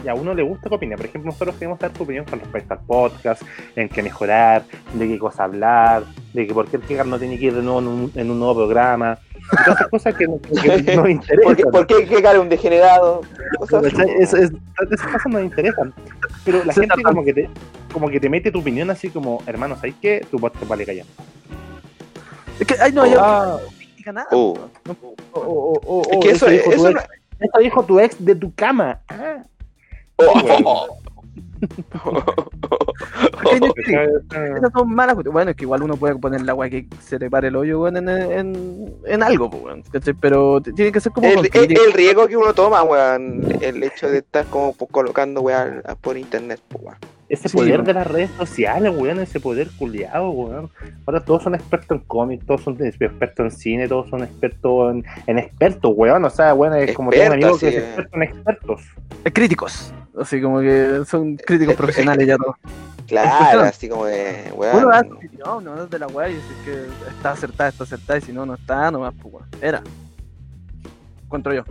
y a uno le gusta que opine. Por ejemplo, nosotros queremos dar tu opinión con respecto al podcast, en qué mejorar, de qué cosa hablar, de que por qué el Kegar no tiene que ir de nuevo en un, en un nuevo programa. Y todas esas cosas que, no- que nos ¿Por qué, interesan. por qué que cara un degenerado? Cosas así. ¿Cachai? Es- es- esas cosas nos interesan. Pero la Sí, gente tal- como que, te, como que te mete tu opinión así como, hermano, ¿sabes qué? Tu podcast vale callar. es que ay no hay Ah. nada Oh. pues, no, O- o- o- Es o, que eso, eso dijo tu eso ex- eso dijo tu ex de tu cama. Ah. Oh. porque hay Netflix. Ah. Esas son malas cuestiones. Bueno, es que igual uno puede poner la agua que se le pare el hoyo weón, en, en, en algo, pues, weón, ¿cachai? pero t- tiene que ser como con El, el, crítica. el riesgo que uno toma, weón, el hecho de estar como po- colocando weón por internet, po, weón. Ese Sí, poder weón. de las redes sociales, weón, ese poder culiado, weón. Ahora todos son expertos en cómics, todos son expertos en cine, todos son expertos en, en expertos, weón. O sea, weón, es como tengo un amigo Expertos, que es sí, experto en expertos. Eh, críticos así como que son críticos Eh, profesionales ya todos Claro, así como de, weón. Uno da su opinión, no de la weá y decir que está acertada, está acertada, y si no, no está, nomás, pues weón. Era. Encuentro yo.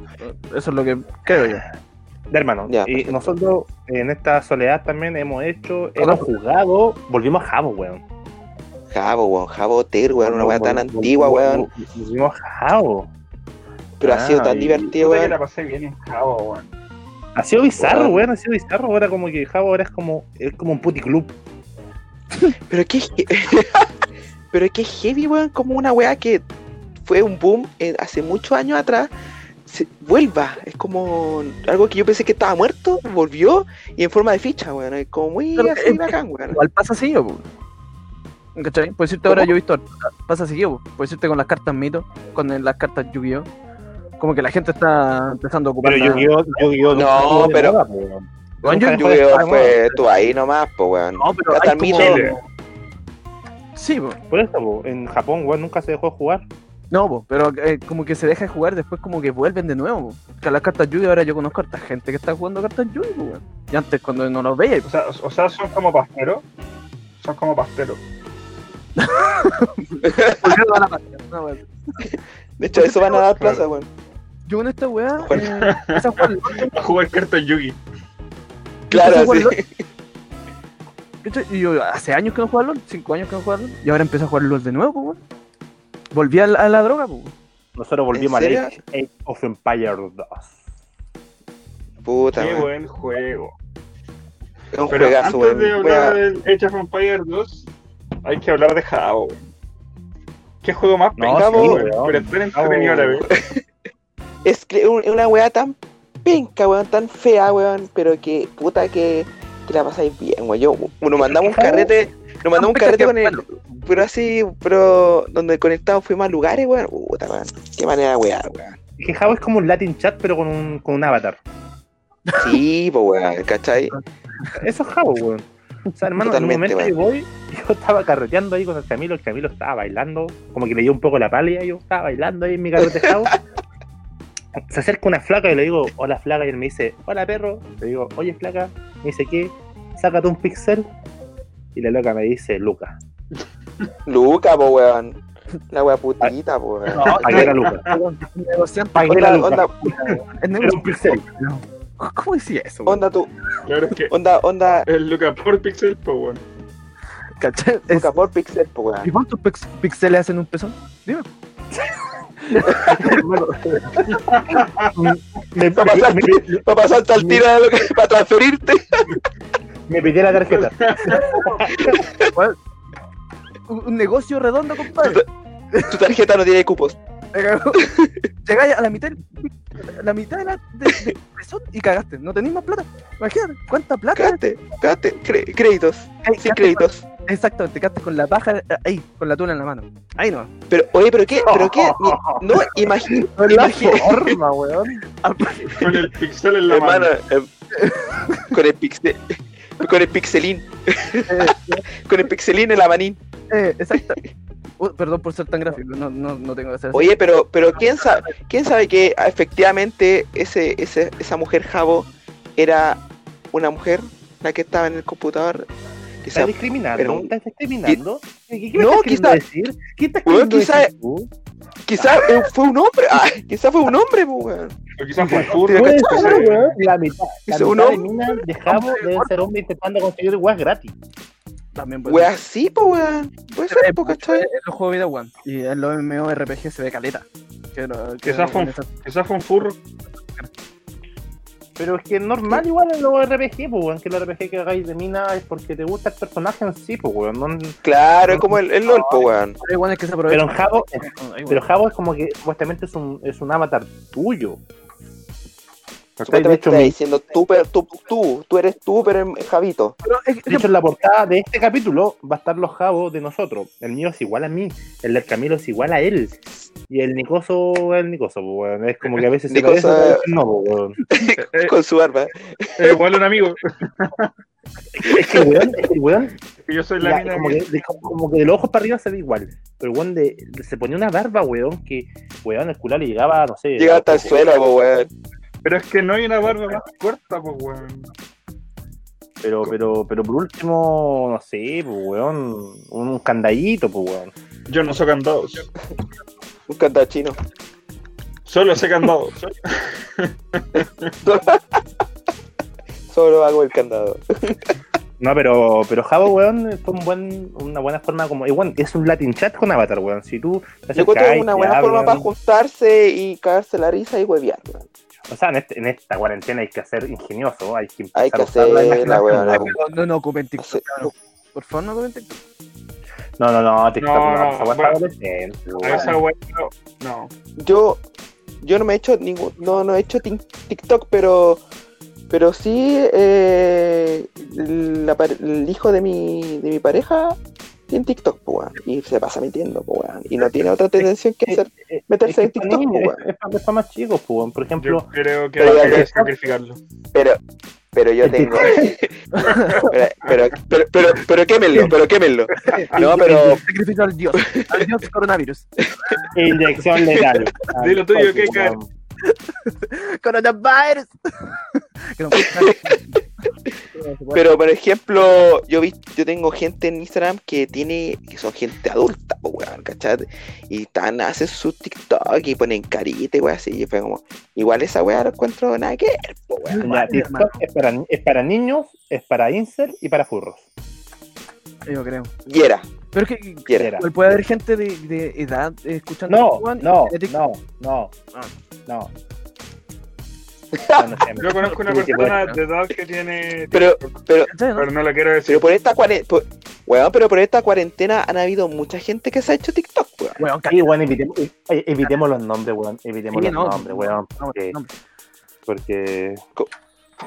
Eso es lo que creo yo. De hermano. Ya, y perfecto. nosotros en esta soledad también hemos hecho, hemos jugado, volvimos a Jabo, weón. Jabo, weón, Jabo Ter, weón, una weá tan Vol- vol- antigua, vol- weón. vol- Volvimos a Jabo. Pero Ah, ha sido tan y- divertido, Puta que weón. la pasé bien en Jabo, weón. Ha sido bizarro, Weón. weón, ha sido bizarro. Ahora como que Jabo ahora es como, es como un puticlub. Pero qué. je- Pero qué heavy, weón. Como una weá que fue un boom en- hace muchos años atrás. se- vuelva. Es como algo que yo pensé que estaba muerto. Volvió y en forma de ficha, weón. Es como muy Pero, así eh, bacán, weón. Igual pasa así, yo, pues. ¿Cachai? Por decirte ahora yo he visto, harta- pasa así, yo, pues. por decirte con las cartas mito, con el- las cartas Yu-Gi-Oh! Como que la gente está empezando a ocupar. Pero la- yo, yo, yo, yo No, estuvo de pero- moda, po, weón. Nunca Weón, yo- dejó Yo de creo estar, que weón. fue tú ahí nomás, pues, weón. No, pero Hasta hay como- Chile. Sí, pues. po. Por eso, po, en Japón, weón, nunca se dejó de jugar. No, po, pero eh, como que se deja de jugar, después como que vuelven de nuevo. po. Que las cartas Yu-Gi ahora yo conozco a esta gente que está jugando cartas Yu-Gi, po, weón. Y antes cuando no los veía, O pues, sea, o sea, son como pasteros. Son como pasteros. pues, volvieron a la partida, una wea así. De hecho, eso van a dar Claro. plaza, weón. Yo en esta weá Juan. eh, empecé a jugar LOL, A jugar cartas Yugi. Claro, Entonces, sí. ¿cachai? Y yo hace años que no jugaba LOL, 5 años que no jugaba LOL, y ahora empecé a jugar LOL de nuevo, po, weón. Volví a la, a la droga, po, weón. Nosotros volvimos a serio? Age Age of Empires 2. Puta, Qué weón. buen juego. Es un Pero juegazo, antes de weón. Juega- hablar del Age of Empires 2, hay que hablar de Jao. weón. ¿Qué juego más No, penca, sí, weón? weón. Pero tan entretenido a la vez. Es que un- una weá tan penca, weón, tan fea, weón, pero que puta que, que la pasáis bien, weón. Yo, nos mandamos un carrete, nos mandamos un carrete con el. Pero así, pero donde conectados fuimos a lugares, weón. Puta, weón. Qué manera de weá, weón. Es que Java es como un Latin chat, pero con un, con un avatar. Sí, pues weón, ¿cachai? Eso es Java, weón. O sea, hermano, Totalmente, en un momento yo voy, yo estaba carreteando ahí con el Camilo, el Camilo estaba bailando, como que le dio un poco la pálida, yo estaba bailando ahí en mi carrete Java. Se acerca una flaca y le digo, hola flaca, y él me dice, hola perro. Le digo, oye flaca, me dice, ¿qué? Sácate un pixel. Y la loca me dice, Luca. Luca, pues weón. La weá putita, po, weón. Pagué la Luca. Negociante, Pagué la Onda, Luca. onda, es Ah, Era negocio. un pixel. ¿Cómo decía eso? weón? onda, tu, Claro es que onda, onda, es Luca por Pixel, pues bueno. ¿Cachai? Es- Luca por pixel, pues ¿Y weón. cuántos pix- pixeles hacen un pezón? Dime. Me, Para pasar, para pasarte al tiro de lo que, para transferirte. me pidió la tarjeta. Un, un negocio redondo, compadre. Tu tarjeta no tiene cupos. Llegáis a la mitad, a la mitad de la, de- de pezón y cagaste. No tenéis más plata. Imagínate, ¿cuánta plata? Cagaste, cagaste, cre- créditos, sin Ay, cagaste créditos. con- Exactamente, cagaste con la paja eh, ahí, con la tuna en la mano. Ahí no. Pero, oye, pero qué, pero qué, Ni- no, imagínate, Imagínate. forma, weón. Con el Pixel en la mano. hermano, em, con el pixel, con el pixelín, con el pixelín en la manín. Eh, exacto. Uh, perdón por ser tan gráfico, no, no, no tengo que hacer así. Oye, pero, pero quién sabe, quién sabe que ah, efectivamente ese, ese, esa mujer Jabo era una mujer la que estaba en el computador. Que ¿Estás sea- discriminando? pero- ¿Estás discriminando? ¿Qué, qué me No, estás queriendo quizá- decir? ¿Qué estás Weón, queriendo quizá- decir tú? quizá eh, fue un hombre, ah, quizá fue un hombre, po, weón. O quizás fue turno. Puede cachai, ser, weón, "Oh, la mitad. La Dice, un mitad de hombre. minas de Jabo deben ser hombres intentando conseguir weas gratis. También puede Weón, sí, po, weón. Puede ser, po, ¿cachai? Es el juego de Vida One. Y en los MMORPG se ve caleta. Que, no- que Quizás fue un- con esas- Quizás fue un furro. Pero es que es normal igual en los RPG, pues, weón, que los RPG que hagáis de mina es porque te gusta el personaje en sí, pues, weón. no- Claro, es como el, el LOL, po, weón. Hay guanes que se Pero aprovechan. en Jabo, Hay pero guanes. Jabo es como que supuestamente es un, es un avatar tuyo. ¿Cachai? De Supuestamente hecho, está mi- diciendo tú, pero tú, tú, tú eres tú, pero en- Javito. Pero es- De hecho, en la portada de este capítulo va a estar los jabos de nosotros. El mío es igual a mí, el del Camilo es igual a él. Y el Nicoso es el Nicoso, pues, weón. Es como que a veces se parece, Nicoso- a veces no, pues, weón. Eh, Con su barba. eh, igual un amigo. Es que, weón, es que, weón, que Yo soy la ya, mina. como, que- que, de, como que de los ojos para arriba se ve igual. Pero, weón, de, se ponía una barba, weón, que, weón, el culo le llegaba, no sé. Llega hasta el suelo, po, weón. Pero es que no hay una barba más corta, pues weón. Pero, pero, pero por último, no sé, pues, weón, un, un candadito, pues, weón. Yo no sé candados. Un cantado chino. Solo sé candados. Solo hago el candado. No, pero, pero Jabo, weón, fue un buen, una buena forma como. Igual, es un Latin chat con Avatar, weón. Si tú te Yo encuentro acercás y una te buena forma hablan- para juntarse y cagarse la risa y huevear, weón. O sea, en, este- en esta cuarentena hay que ser ingenioso, hay que empezar Hay que a usar Eh, la hacer la imaginación, weón. weón. No, no, no ocupen No sé, TikTok. cabrón. Por favor, no ocupen TikTok. No, no, no, TikTok, No, no, esa no, weá está bueno. adolescente, A weón. esa weón. No. Yo, yo no me he hecho ningún, no, no he hecho tin- TikTok, pero, pero sí, eh, la pare- el hijo de mi, de mi pareja tiene TikTok, po, weón. Y se pasa mintiendo, po, weón. Y no tiene otra tendencia que hacer. Eh, meterse es que en es TikTok, para niños, weón. es- es para- es para más chicos, pues, weón. Por Yo ejemplo, creo que Pero hay ya que que- sacrificarlo. Pero, pero yo tengo. pero, pero, pero, pero, pero quémenlo, pero quémenlo. No, pero Sacrificio al dios, al dios coronavirus. Inyección legal. Ah, De lo tuyo, ¿qué, Car? Coronavirus. Que no- Pero por ejemplo, yo vi, yo tengo gente en Instagram que tiene, que son gente adulta, po, weón, ¿cachai? Y están, hacen su TikTok y ponen carita y weón así, y fue como, igual esa weá no encuentro nada que ver, po, weón. La TikTok es para, es para niños, es para incel y para furros. Yo creo. Y era, Pero es que y era. Era. igual puede haber gente de, de edad eh, escuchando. No, Juan y no, de TikTok. no, no, Ah. no. No, no sé, Yo conozco una Sí, sí, persona bueno. de edad que tiene. Pero, pero, ¿Cachai, no? Pero no la quiero pero decir. por esta cuarentena, pero por esta cuarentena han habido mucha gente que se ha hecho TikTok, weón. Weón, Sí, weón, evitemos, eh, evitemos los nombres, weón. Evitemos Sí, los no. nombres, weón. No, Porque, no. porque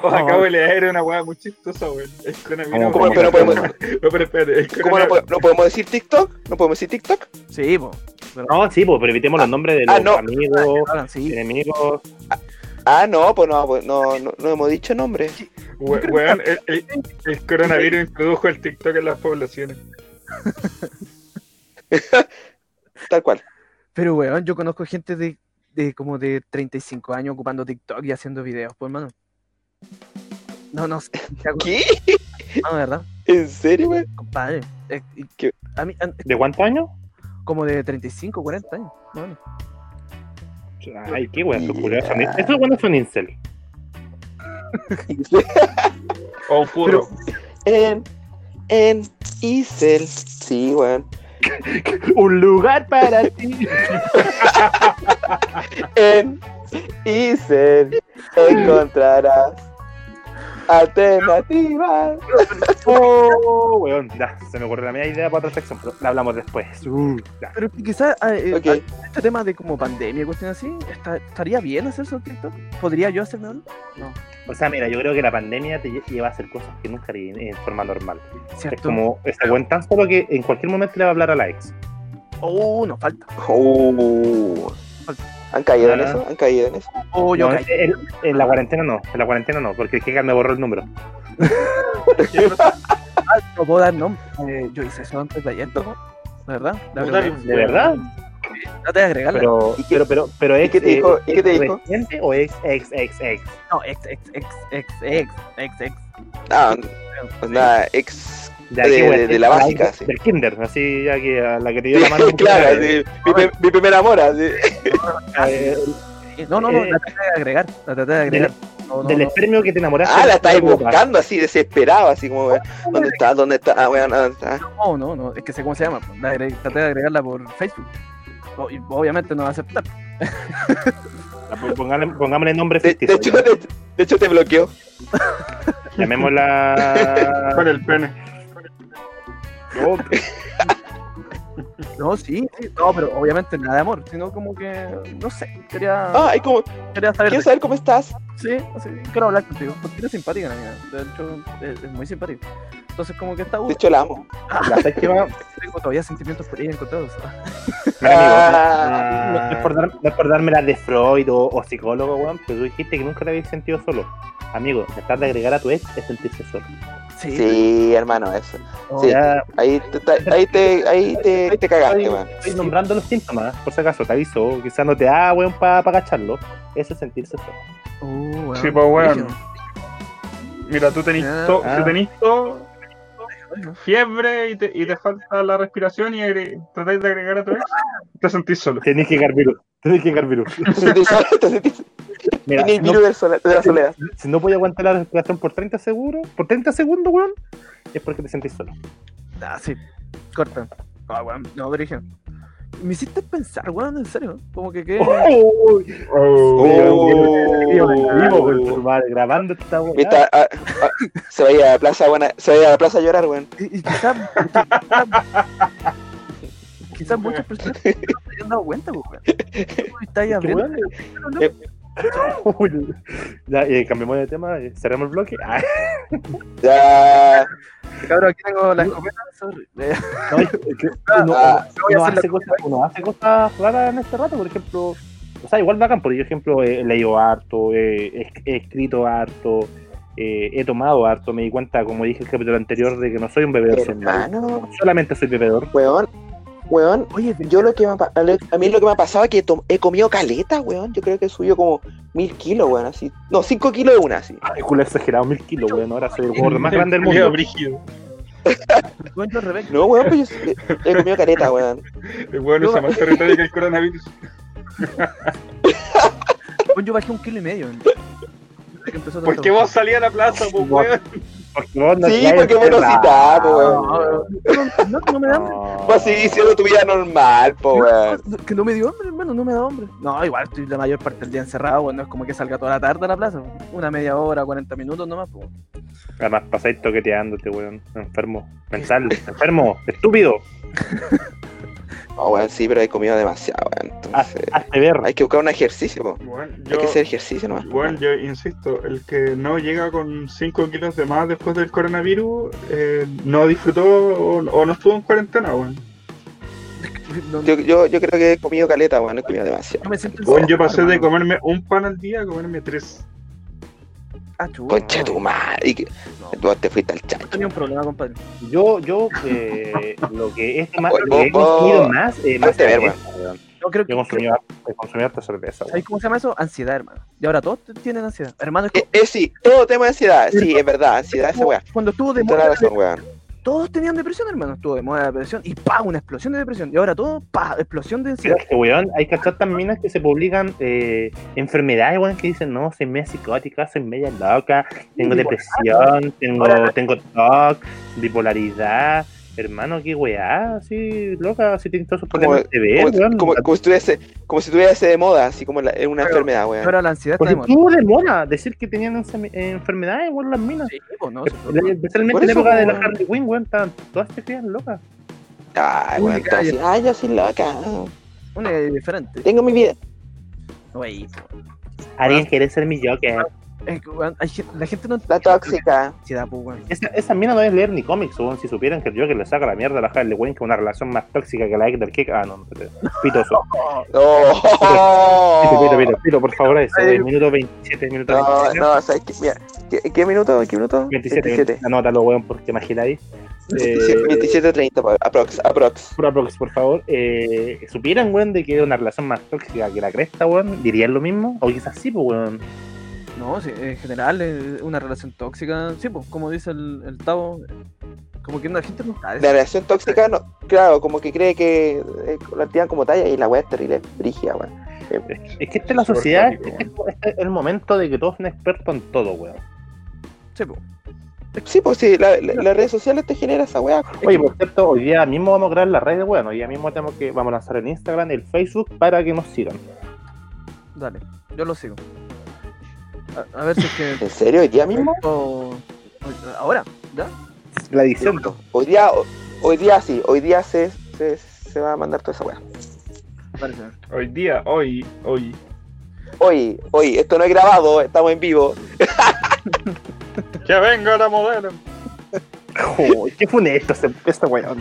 Oh, acabo de leer una weá muy chistosa, weón. El ¿Cómo, coronavirus. ¿Cómo, cómo, pero cómo? podemos, No, pero espérate. El ¿cómo no, coronavirus- po- no podemos decir TikTok? ¿No podemos decir TikTok? Sí, po. No, sí, pues, pero evitemos los nombres de los ah, no. amigos, Ahora sí. enemigos. Ah, no, pues no, pues no, no, no hemos dicho nombre. We- Weón, el, el- el coronavirus introdujo el TikTok en las poblaciones. Tal cual. Pero, weón, yo conozco gente de, de como de 35 años ocupando TikTok y haciendo videos, pues, hermano. No, no, sé, ¿Qué? no, ¿verdad? ¿En serio, weón? Compadre. eh, y- ¿Qué? a mí, an- eh, ¿De cuántos años? como de 35, 40 años. más o menos. Ay, qué weón, esos Yeah. culiados son in- Esos weones son incel. O un furro. En, en Isel. Sí, weón. Un lugar para ti. En Isel encontrarás alternativas. Oh, weón. Ya, se me ocurrió la media idea para otra sección, pero la hablamos después. Uh, ya. Pero quizás Ok. este tema de como pandemia, cuestión así, está- ¿estaría bien hacerse un TikTok? ¿Podría yo hacerme uno? O sea, mira, yo creo que la pandemia te lle- lleva a hacer cosas que nunca haría en forma normal. Es ¿Cierto? como ese weón tan solo que en cualquier momento le va a hablar a la ex. Oh, nos falta. Oh. ¿Han caído en Ah. eso? ¿Han caído en eso? Oh, yo No, caí. en, en la cuarentena no, en la cuarentena no, porque el que me borró el número. No puedo dar nombre. Eh, yo hice eso antes de ayer, ¿no? ¿De verdad? La Puta, verdad. ¿De verdad? No te voy a agregar. Pero, ¿Y qué- pero, pero, pero y ex, qué te dijo- eh, y qué te dijo? ¿Reciente o ex, ex, ex, ex? No, ex, ex, ex, ex, ex, ex, ex. Ah, pues nada, ex. De, De- güey, de la básica, del- sí. Del kinder, así ya que a la que te dio la mano. claro, sí, Ah, mi, pe- mi primer amor, así. Eh, Eh, No, no, no, la traté de agregar. La traté de agregar. No, no, del no. espermio que te enamoraste. Ah, la estáis buscando así, desesperado, así como, weón, ¿dónde está? ¿Dónde está? Ah, weón, ¿dónde está? No, no, no, es que sé cómo se llama. pues. La agre- traté de agregarla por Facebook. O- y obviamente no va a aceptar. Pongámosle, pongámosle nombre De, de ficticio. hecho, de, de hecho, te bloqueó. Con Llamémosla. el pene. Oh, No, sí, sí, no, pero obviamente nada de amor, sino como que, no sé, quería, Ah, es como, quería saber. quiero de- saber cómo estás. Sí, sí, quiero hablar contigo, porque eres simpática la mía, de hecho, es, es muy simpática. Entonces, como que está De bueno, hecho, la amo. la séptima. tengo todavía sentimientos por ella encontrados. Ah, Mira, amigo, Ah. no, no es por dar- no es por darme la de Freud o, o psicólogo, weón, pero tú dijiste que nunca te habías sentido solo. Amigo, tratar de agregar a tu ex es sentirse solo. Ah, Sí, Oh, Sí, hermano, eso. no, sí. Ya, Ahí te, te- ahí te, ahí te, te cagaste, estoy, man. estoy nombrando los síntomas, por si acaso, te aviso, quizás no te da, weón, para cacharlo. Eso es sentirse solo. Uh, weón, Sí, pues, weón. brígido. Mira, tú tenés Ah. todo. Ah. Tú tenés todo. Bueno, Fiebre y te, y te falta la respiración y agre- tratáis de agregar a tu vez. Te sentís solo. Tenés que llegar virus. Tenés que llegar virus. Tienes Mira, si no, virus del sola- de la soledad. si no puedes aguantar la respiración por 30 segundos, por 30 segundos, weón, es porque te sentís solo. Ah, sí, corta. Ah, weón, no, brígido. Me hiciste pensar, weón, en serio, como que qué... Oh. Vivo, con tu madre, grabando esta weá. Viste, ah, ah, se vaya a la plaza, buena, se vaya a la plaza a llorar, weón. Y, y quizás quizás muchas personas no se hayan dado cuenta, pues, weón. Tú estás Qué abriendo, weón. pero no, Uy, ya, eh, cambiemos de tema, eh, cerramos el bloque. Ah, Ya. cabrón, aquí tengo la escopeta, sorry. Eh, no, es que uno, Ah, no voy a uno hacer la- hace cosas, uno hace cosas raras en este rato, por ejemplo, o sea, igual bacán, por ejemplo, he leído harto, eh, he, he escrito harto, eh, he tomado harto, me di cuenta, como dije en el capítulo anterior, de que no soy un bebedor normal. Hermano, Solamente soy bebedor. weón, weón, Oye, yo lo que me ha, pa- a mí lo que me ha pasado es que to- he comido caleta, weón. Yo creo que subió como mil kilos, weón, así. No, cinco kilos de una, así. Ay, culo exagerado, mil kilos, weón. Ahora soy el gordo más grande del Culeado mundo. brígido. te cuento al revés. No, weón, pues yo sí- he comido caleta, weón. El weón usa más territorio que el coronavirus. Bueno, Yo bajé un kilo y medio. ¿no? Desde que empezó todo ¿Por esto. qué vos salías a la plaza, pues, weón? Porque vos no Sí, te hayas porque vos no encerrado. citás, po, No, weón. no, no, no me da hambre. No. Vas a seguir siendo tu vida normal, po, weón. No, Que no me dio hambre, hermano, no me da hambre. No, igual estoy la mayor parte del día encerrado, weón. No es como que salga toda la tarde a la plaza. weón. Una media hora, 40 minutos nomás, po. Además, pasáis toqueteándote, weón. Enfermo. Mental. Enfermo. Estúpido. No, weón, sí, pero he comido demasiado, Ah. weón. Haz- Entonces, Hazte ver. hay que buscar un ejercicio, po. Weón, Hay yo, que hacer ejercicio nomás. po, weón. weón, yo insisto, el que no llega con 5 kilos de más después del coronavirus, eh, no disfrutó o, o no estuvo en cuarentena, weón. No, Yo, yo, yo creo que he comido caleta, weón. He comido demasiado. no me siento Weón, yo pasé de hermano. comerme un pan al día a comerme tres. Ah, chulo. Concha tu madre. y que- Vos te fuiste al chancho. Tenía un problema, compadre. Yo, yo, eh, lo que es más, Oye, lo que he vos- consumido más, eh, más hazte ver, cerveza, weón. Yo creo que. Yo consumí, he consumido harta cerveza, weón. ¿Sabes cómo se llama eso? Ansiedad, hermano. Y ahora todos t- tienen ansiedad. Hermano, es Eh, como- eh, sí, todo tema de ansiedad. Sí, es verdad, ansiedad esa weá. Cuando estuvo de Tienes toda moda, la razón, weón. todos tenían depresión, hermano. Estuvo de moda la depresión y pa, una explosión de depresión. Y ahora todo, pa, explosión de ansiedad. Es que, weón, hay cachar tan minas que se publican eh, enfermedades, weón, que dicen, no, soy media psicótica, soy media loca, tengo depresión, tengo, Ahora- tengo TOC, bipolaridad, hermano, qué weá, así, loca, si tienes todos esos problemas de ver, Como, ¿Eh? weón. como, como si estuviese, como si estuviese de moda, así como la- en una Pero- enfermedad, weón. Ahora la ansiedad está Porque de moda. tú Pues de moda decir que tenían ense- enfermedades, weón, las minas. Sí, pues, no, sí, pues, no. Eh, Especialmente Por en la eso, época de la weón. Harley Quinn, weón, estaban todas estas crías locas. Ay, weón, Uy, todo así, Ay, yo soy loca. Una es diferente. Tengo mi vida. Güey, po. Alguien quiere ser mi Joker. Es que, weón, hay gen- la gente no La tóxica. ansiedad, pues, weón. Esa, esa mina no debe leer ni cómics, weón. Si supieran que el Joker le saca la mierda a la Harley Quinn, que es una relación más tóxica que la ex del Kick. Ah, no, no, no, no. pito eso. Pito, pito, No. pito, pito, por favor, eso. Ay. eh, Minuto 27, minuto No, 27. no, ¿sabes qué? Mira, ¿qué, qué minuto? ¿Qué minuto? 27, 27. Anótalo, weón, porque imagináis. Eh, 27, 30, pa- aprox, aprox. por aprox, por favor. Eh, supieran, weón, de que era una relación más tóxica que la cresta, weón. ¿Dirían lo mismo? O quizás sí, pues, weón. No, sí, en general, eh, una relación tóxica. Sí, pues, como dice el, el Tavo, como que la gente no está. La relación tóxica, no, claro, como que cree que eh, la tiran como talla y la weá es terrible, es brígida, weón. Es que esta es la Súper sociedad, tóxico, este este es el momento de que todos son expertos en todo, weón. Sí, pues. Sí, pues sí, la- la- las redes sociales te generan esa weá. Oye, por cierto, hoy día mismo vamos a crear la red de bueno, hoy día mismo tenemos que, vamos a lanzar el Instagram, el Facebook para que nos sigan. Dale, yo lo sigo. A, a ver si es que. ¿En serio? ¿Ya mismo? o- o- ahora, ¿ya? La edición. Hoy día, hoy día sí, hoy día se, se, se va a mandar toda esa weá. Parece. Hoy día, hoy, hoy. Hoy, hoy, esto no es grabado, estamos en vivo. ¡Que venga la modelo! ¿Qué funesto este, este weón?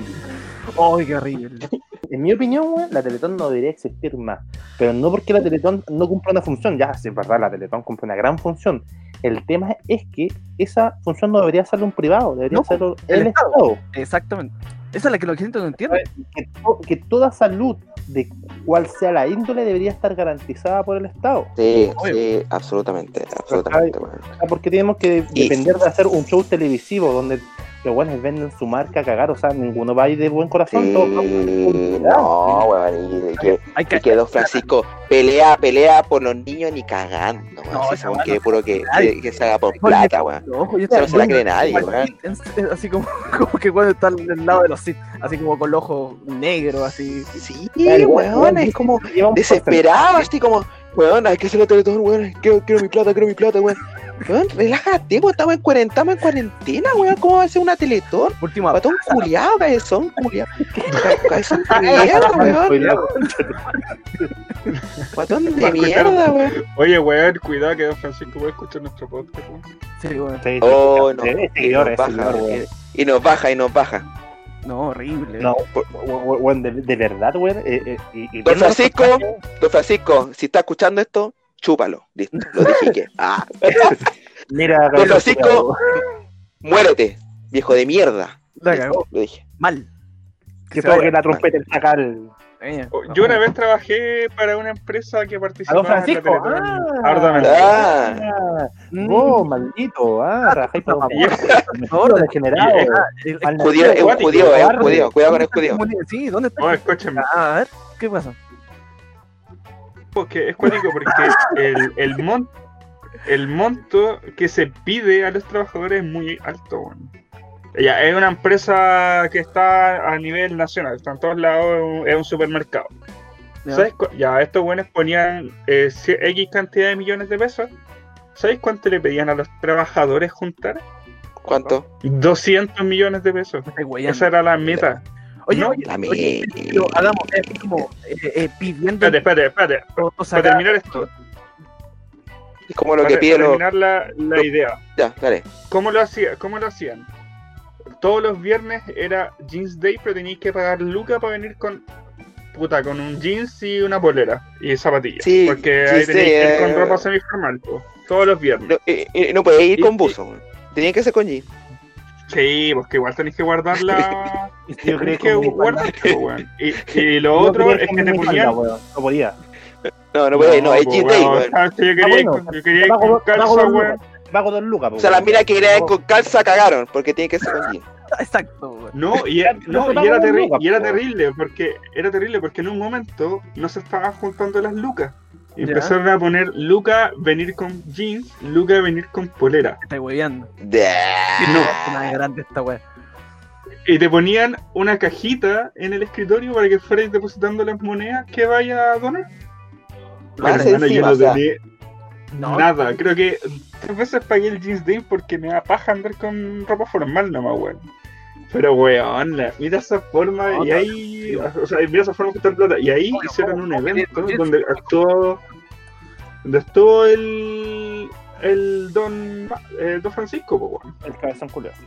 ¡Ay, qué horrible! En mi opinión, weón, la Teletón no debería existir más. Pero no porque la Teletón no cumpla una función, ya, sí, es verdad, la Teletón cumple una gran función. El tema es que esa función no debería ser un privado, debería No, ser el el Estado. Exactamente. Esa es la que la gente no entiende. que, to- que toda salud, de cual sea la índole, debería estar garantizada por el Estado. Sí, Obvio. sí, absolutamente, absolutamente, weón. O sea, Ah, porque tenemos que Y- depender de hacer un show televisivo donde los buenos venden su marca a cagar? O sea, ninguno va a ir de buen corazón. Sí, todos van- no, weón, y, y que, y Hay que. que Don Francisco pelea, pelea por los niños ni cagando, weón. No, Sí, esa weón, weá que puro que, nadie. que, que se haga por Porque- plata, weón. Ojo, yo Eso no estaba- se la cree nadie, weón. Es Así como, como que cuando está al lado de los Sith, así como con los ojos negros, así. Sí, El weón, es como lleva un desesperado, así como, weón, hay que hacer la teletón, weón, quiero, quiero mi plata, quiero mi plata, weón. Weón, relájate, weón, estamos en cuarentena, estamos en cuarentena, weón, ¿cómo va a ser una teletón? Última. Patón culiado, cabezón culiado. Cabezón de porcentaje. mierda, Soy weón. la- Patón Va a de escuchar- mierda, weón. Oye, weón, cuidado que Don Francisco va a escuchar nuestro podcast, weón. Sí, weón. Sí, Oh, no. sí, es seguidor, es seguidor, weón. Y nos baja, y nos baja. No, horrible. No, we- we- weón, de, de verdad, weón. eh, eh, y- y- Don viendo los Francisco. personajes, Don Francisco, si está escuchando esto, chúpalo. Listo, lo dije que. Ah. Mira, Don Gabriel Francisco. Jurado. Muérete, viejo de mierda. La cagó. Lo dije. Mal. Que Se vaya. toque la trompeta el chacal. Eh, O- Oh, Yo una vez trabajé para una empresa que A participaba don Francisco. en la teletonía. Ah, Arda Mendoza. Ah, Ah, Mm. oh, maldito. Ah, trabajáis por Y es- favor, degenerado. El- el- Mal judío, es un nacido, judío, es un cobarde. judío. Cuidado con el judío. Sí, ¿dónde está? no, escúchenme, Ah, a ver, ¿qué pasa? porque es cuático, porque el, el, mon- el monto que se pide a los trabajadores es muy alto. weón. Ya, es una empresa que está a nivel nacional, está en todos lados, es un- es un supermercado. Ya. ¿Sabes cu- ya, estos buenos ponían eh, cie- X cantidad de millones de pesos. ¿Sabes cuánto le pedían a los trabajadores juntar? ¿Cuánto? 200 millones de pesos. Me estáis guayando. Esa era la meta. Oye, no, oye, la oye, mierda. pero hagamos, es como eh, eh, pidiendo Espérate, espérate, espérate. cosas Para acá. terminar esto, Es como lo para, que pide para los. terminar la, la lo- idea. Ya, dale. ¿Cómo lo, hacía, ¿Cómo lo hacían? Todos los viernes era Jeans Day, pero tenías que pagar Luca para venir con. Puta, con un jeans y una polera y zapatillas. Sí, porque Jeans ahí tenías Day, que ir eh. con ropa semiformal, po, todos los viernes. No, eh, eh, no puede ir Mm. Y- con y- buzo. weón. Tenía que ser con jean. Sí, pues que igual tenéis que guardar la. Yo creo tenéis que que con mi guardar, po, weón. Y, y lo Yo otro quería es que comer te mi ponían. falda, weón. No podía. No, no puede ir, no, es po, jean day, weón, weón. ¿sabes? Yo quería ir bueno, con- yo quería ir Pago con dos- pago calza, dos weón. lucas. Pago dos lucas. O sea, las minas que irían con calza cagaron, porque tiene que ser con jean. Exacto, güey. No, y, era- No no, se y era, pagaban terri- lucas, y era po. terrible, porque era terrible porque en un momento no se estaban juntando las lucas. Y Ya. Empezaron a poner Luca venir con jeans, Luca venir con polera. Me estáis guayando. Ah. No. Una grande esta güey. Y te ponían una cajita en el escritorio para que fueras depositando las monedas que vaya a donar. Más Pero, hermano, encima, yo o sea, no tenía No. nada. Creo que tres veces pagué el jeans day porque me da paja andar con ropa formal nomás, weón. Pero weón, la- mira esa forma No, y no, ahí. O sea, mira esa forma que está en plata. Y ahí Bueno, hicieron ¿cómo- un cómo evento querías- donde actuó. Donde estuvo el. el don. Ma- eh, don Francisco, po, weón. El cabezón culo. Y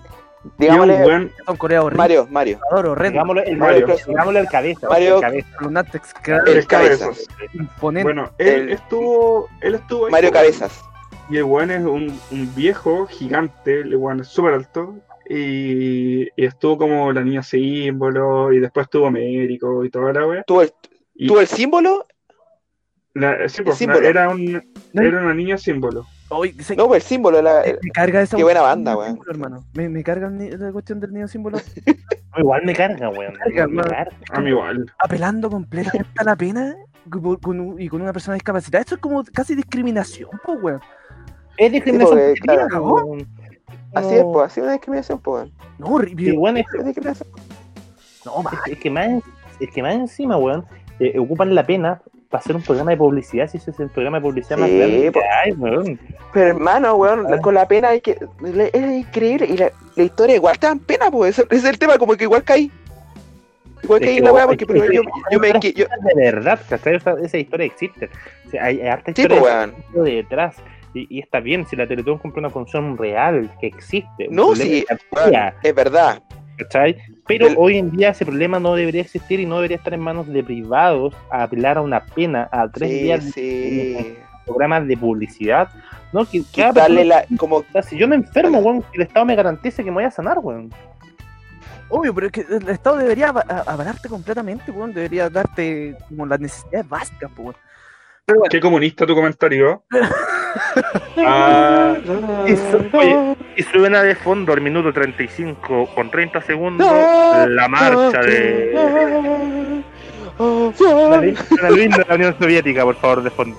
un Digámosle, weón- Son coreanos horribles, Mario, Mario. horrendo. Digámosle el Mario. Mario. Digámosle el cabeza. Mario. El cabeza. Los Natex, que eran el El cabeza. cabezas. imponentes. Bueno, él El- estuvo. Él estuvo ahí, Mario po, weón. Cabezas. Y el weón es un, un viejo gigante, el weón es súper alto. Y, y estuvo como la niña símbolo, y después estuvo médico y toda la wea. Tuvo el, Y tuvo el símbolo. la- sí, pues, símbolo. Era, un, era una niña símbolo. Oye, dice- No, pues el símbolo. La, me carga esa qué buena banda, güey. símbolo, hermano. Me, me carga el ni- la cuestión del niño símbolo No, Igual me carga, weón. Carga, Me weón. carga. A mí igual. apelando completamente a la pena con- con un- y con una persona discapacitada. Esto es como casi discriminación, pues, güey. Es discriminación. Sí, porque, positiva, claro. weón. Así es, No. pues, así una discriminación, pues. weón. No, horrible. Y, weón, es- Una discriminación. No, ma- es que más, es que más encima, weón, eh, ocupan la pena para hacer un programa de publicidad, si ese es el programa de publicidad más Sí, pues. grande que po. hay, weón. Pero hermano, weón, Ah. la- con la pena hay que. le- Es increíble. Y la, la historia igual te dan pena, pues. Ese ese es el tema, como que igual caí. Igual Es caí que, en la weá, weón, porque es que- primero yo, yo me. que- Yo, De verdad, ¿cachai? O sea, esa historia existe. O sea, hay, hay harta sí, pues, historia weón. de- de detrás. Y, y está bien, si la Teletón cumple una función real que existe. un No, problema sí, de la weón, vida, Es verdad. ¿cachai? Pero El- hoy en día ese problema no debería existir y no debería estar en manos de privados a apelar a una pena a tres Sí, días de sí. programas de publicidad. No, que, cada Quitarle persona- la. Como. o sea, si yo me enfermo, weón, que el Estado me garantice que me voy a sanar, weón. obvio, pero es que el Estado debería ava- a- avalarte completamente, güey. Debería darte como las necesidades básicas, pues, güey. Pero bueno, Qué comunista tu comentario. Ah, Oye, y suena de fondo al minuto 35 con 30 segundos No, la marcha de la Dale. linda, la linda de la Unión Soviética, por favor, de fondo.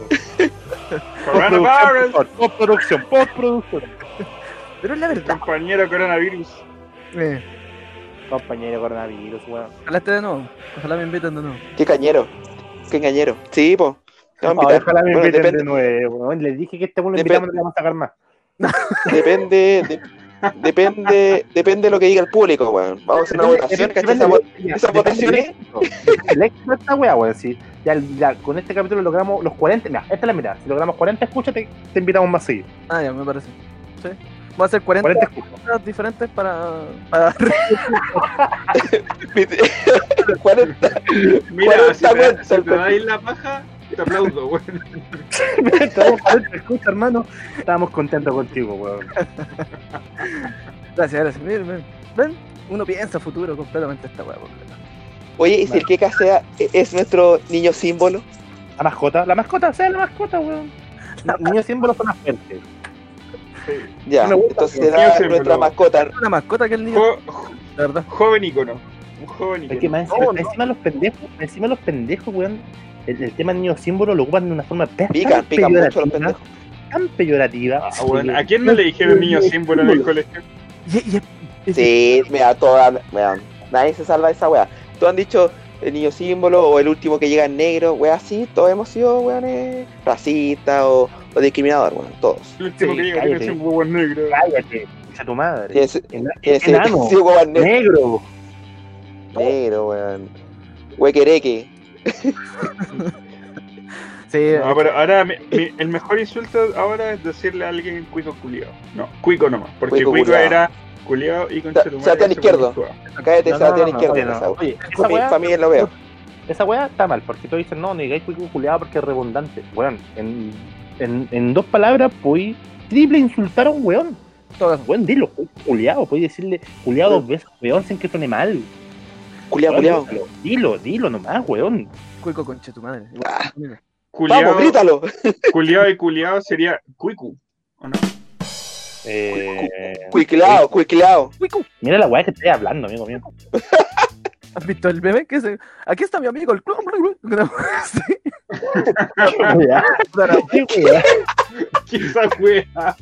coronavirus, Postproducción, postproducción. pero es la verdad. compañero coronavirus. Eh, Compañero coronavirus, weón. ojalá esté de nuevo. Ojalá me inviten de nuevo. Qué cañero. Qué engañero. Sí, pues. Te van a invitar. Ojalá me Bueno, inviten depende. de nuevo, weón. Les dije que este weón lo Depende. invitamos, no le vamos a sacar más. Depende, de- depende, depende de lo que diga el público, weón. Vamos a hacer una votación, Depende- ¿cachai? Esa vo- depende- esas depende- votaciones. El éxito de esta weá, weón. Si ya, ya con este capítulo logramos los 40. Mira, esta es la mirada. Si logramos 40, escúchate, te invitamos más seguido. Ah, ya, me parece. Sí. Voy a hacer 40, 40 escuchas. cosas diferentes para, para 40. Mira, Cuarenta si te, vueltas, si te perfecto. dais la paja, Te aplaudo, weón. Estamos contentos, escucha, hermano. Estamos contentos contigo, weón. Gracias, gracias. Miren, miren. Ven, uno piensa futuro completamente esta weá. Oye, ¿y si el Keka sea, e, es nuestro niño símbolo? La mascota, la mascota, sea la mascota, weón. Los Niños símbolos son las fuentes. Ya, Me gusta, entonces pero será sí, sí, nuestra pero- mascota. Una mascota que el niño, Jo- jo- la verdad. joven ícono. Un joven Es que ícono. más encima, No, más encima los pendejos, más encima los pendejos, weón. El, el tema niño símbolo lo ocupan de una forma tan Pican, pican mucho los peyorativa, pendejos. Tan peyorativa. Ah, weón, ¿A quién no le dijeron niño símbolo en el colegio? Y, y- y- Sí, mira, toda, mira, nadie se salva de esa weá. Todos han dicho el niño símbolo o el último que llega en negro, weá, sí, todos hemos sido, weón, eh, racistas o, o discriminador, weón, todos. El último Sí, que llega tiene cállate. ese huevo negro. Ah, Cállate, a tu Y madre. ese- Ena- y ese- Enano, ¿Eh? ese hueón ne- negro. negro, weón. Huequereque. eh, sí, No, pero ahora mi- mi- el mejor insulto ahora es decirle a alguien cuico culiao. No, cuico nomás, porque Cuico cuico, culiao. era culiao y con Sa- Sebastián Izquierdo. Cállate, No, no, Sebastián no, no, Izquierdo. oye, esa no. weá. Oye, esa Mi weá- familia lo veo. esa weá está mal, porque todos dicen, no, no digáis cuico culeado porque es redundante. Weón, en, en, en dos palabras, pues triple insultar a un weón. todas. Weón, dilo, cuico culeado, puedes decirle culeado dos veces, weón, sin que suene mal. Culiao, Weón, culiao. dilo, Dilo, dilo nomás, weón. Cuico concha tu madre. Ah, Vamos, Culiao, grítalo. culiao y culiao sería cuicu. Eh, Cuiclao, cuiclao. Cuico. mira la weá que estoy hablando, amigo mío. ¿Has visto el meme? Que se... Aquí está mi amigo, el club. No, sí. ¿Qué weá? Quizás wea.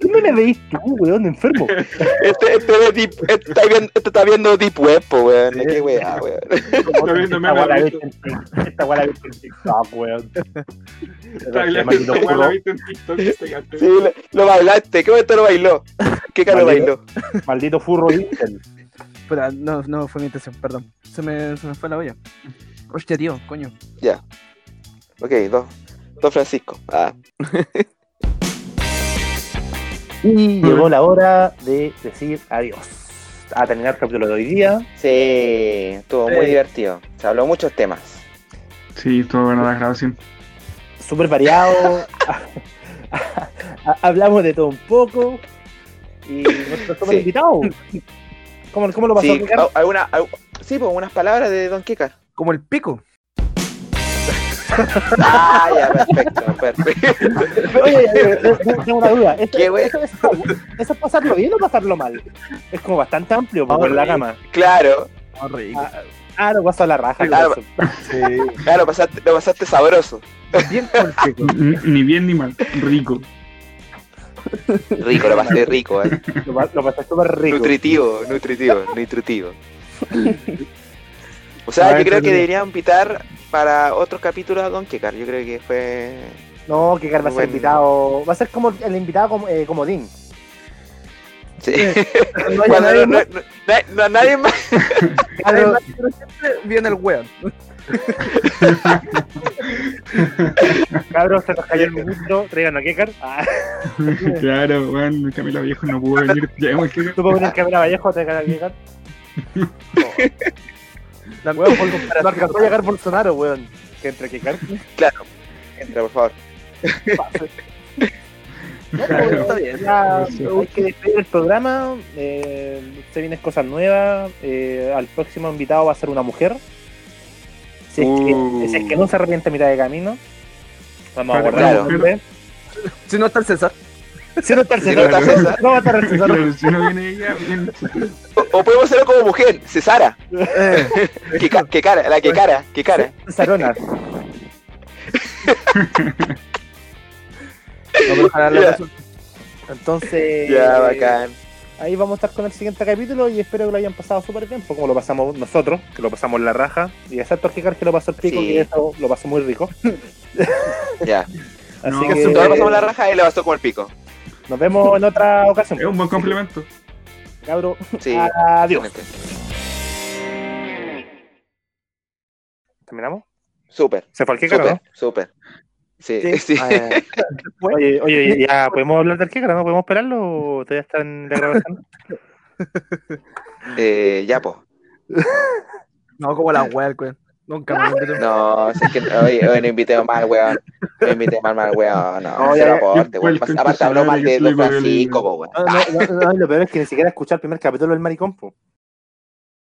¿Dónde me veis tú, weón, enfermo? Este, este, ve deep- este está viendo, este está viendo Deep Web, po, weón. Qué weá, weón. Está viendo Esta weá memes la de viste en TikTok, esta weá la viste en TikTok, weón. Está hablando Maldito esa weá, culo. la viste en TikTok, te cagaste. Sí, lo, lo bailaste. ¿Qué momento lo bailó? ¿Qué cara lo bailó? Maldito furro Intel. Espera, no, no fue mi intención, perdón. Se me, se me fue la olla. Hostia, tío, coño. Ok, don, don Francisco. Ah, Y llegó la hora de decir adiós. A terminar el capítulo de hoy día. sí, estuvo Sí. muy divertido. Se habló muchos temas. Sí, estuvo buena la grabación. Súper variado. Hablamos de todo un poco. Y nuestro súper Sí. invitado. ¿Cómo, ¿Cómo lo pasó, Sí, Ricardo? a- alguna, al- sí, pues unas palabras de Don Kika. Como el pico. Ah, ya, perfecto, perfecto. Oye, oye, oye, tengo una duda. ¿Esto- Qué wea. eso, eso- eso es pasarlo bien o pasarlo mal? Es como bastante amplio por la gama. Claro, Oh, rico. Ah, Ah, lo pasó a la raja. Claro. entonces. claro, pasaste, lo pasaste sabroso. Bien como el pico. Ni bien ni mal, rico. Rico, lo pasaste rico, eh. Lo, pa- lo pasó súper rico. Nutritivo, nutritivo, nutritivo. O sea, Ah, yo creo que entretenido. deberían invitar para otros capítulos a Don Kekar. Yo creo que fue. No, que Carmen va a ser Bueno. invitado. Va a ser como el invitado como, eh, como Dean. Sí. No hay Cuando nadie no- más, no- no- na- no- nadie más. nadie más, pero siempre viene el weón. Cabros, se nos cayó el ministro, traigan a Kekar. Ah, Claro, weón, Camilo Viejo no pudo venir. Ya hemos que- tú puedes venir Camila Vallejo, traigan a Kekar. Oh. La Weón, por comparación, no alcanzó a llegar Bolsonaro, weón. Que entre Kekar. Entra, por favor. No, Claro. Está bien. Ya, hay que despedir el programa. eh, se vienen cosas nuevas. eh, al próximo invitado va a ser una mujer. Si es, Uh. que, si es que no se arrepiente a mitad de camino, vamos a Claro, guardar. claro. el nombre. Si no está el César. Si no está el Si no César, está César. no va a estar el César. Claro, si no viene ella, viene. O, o podemos hacerlo como mujer, Cesara. Eh, Que, ca- que cara, la que cara, que cara. Cesarona. vamos a jalar la Ya. razón. Entonces. Ya, bacán. ahí vamos a estar con el siguiente capítulo y espero que lo hayan pasado súper bien, pues como lo pasamos nosotros, que lo pasamos en la raja, y exacto que Jorge lo pasó el pico, Sí. que eso lo pasó muy rico. Ya. Así No, que Eh, Todos pasamos la raja y le bastó como el pico. nos vemos en otra ocasión. pues. Es un buen complemento. Cabro, Sí. adiós. excelente. ¿Terminamos? Súper, ¿Se fue el Kekar, súper, no? súper. Sí, sí. Ah, ya, ya. oye, oye, ya, ¿podemos hablar del Kekar, no? ¿Podemos esperarlo o todavía está en la grabación? Eh, ya, po. No, como la wea, el weón. Nunca más. No, si es que hoy, hoy no invité mal, weón. No invité mal, mal, weón. No, No, ya, ya, cero aporte, yo weón. encuentro Aparte habló mal que de soy Don Mario Lima. Francisco, po, weón. No, no, no, no, y lo peor es que ni siquiera escuché el primer capítulo del maricón, po.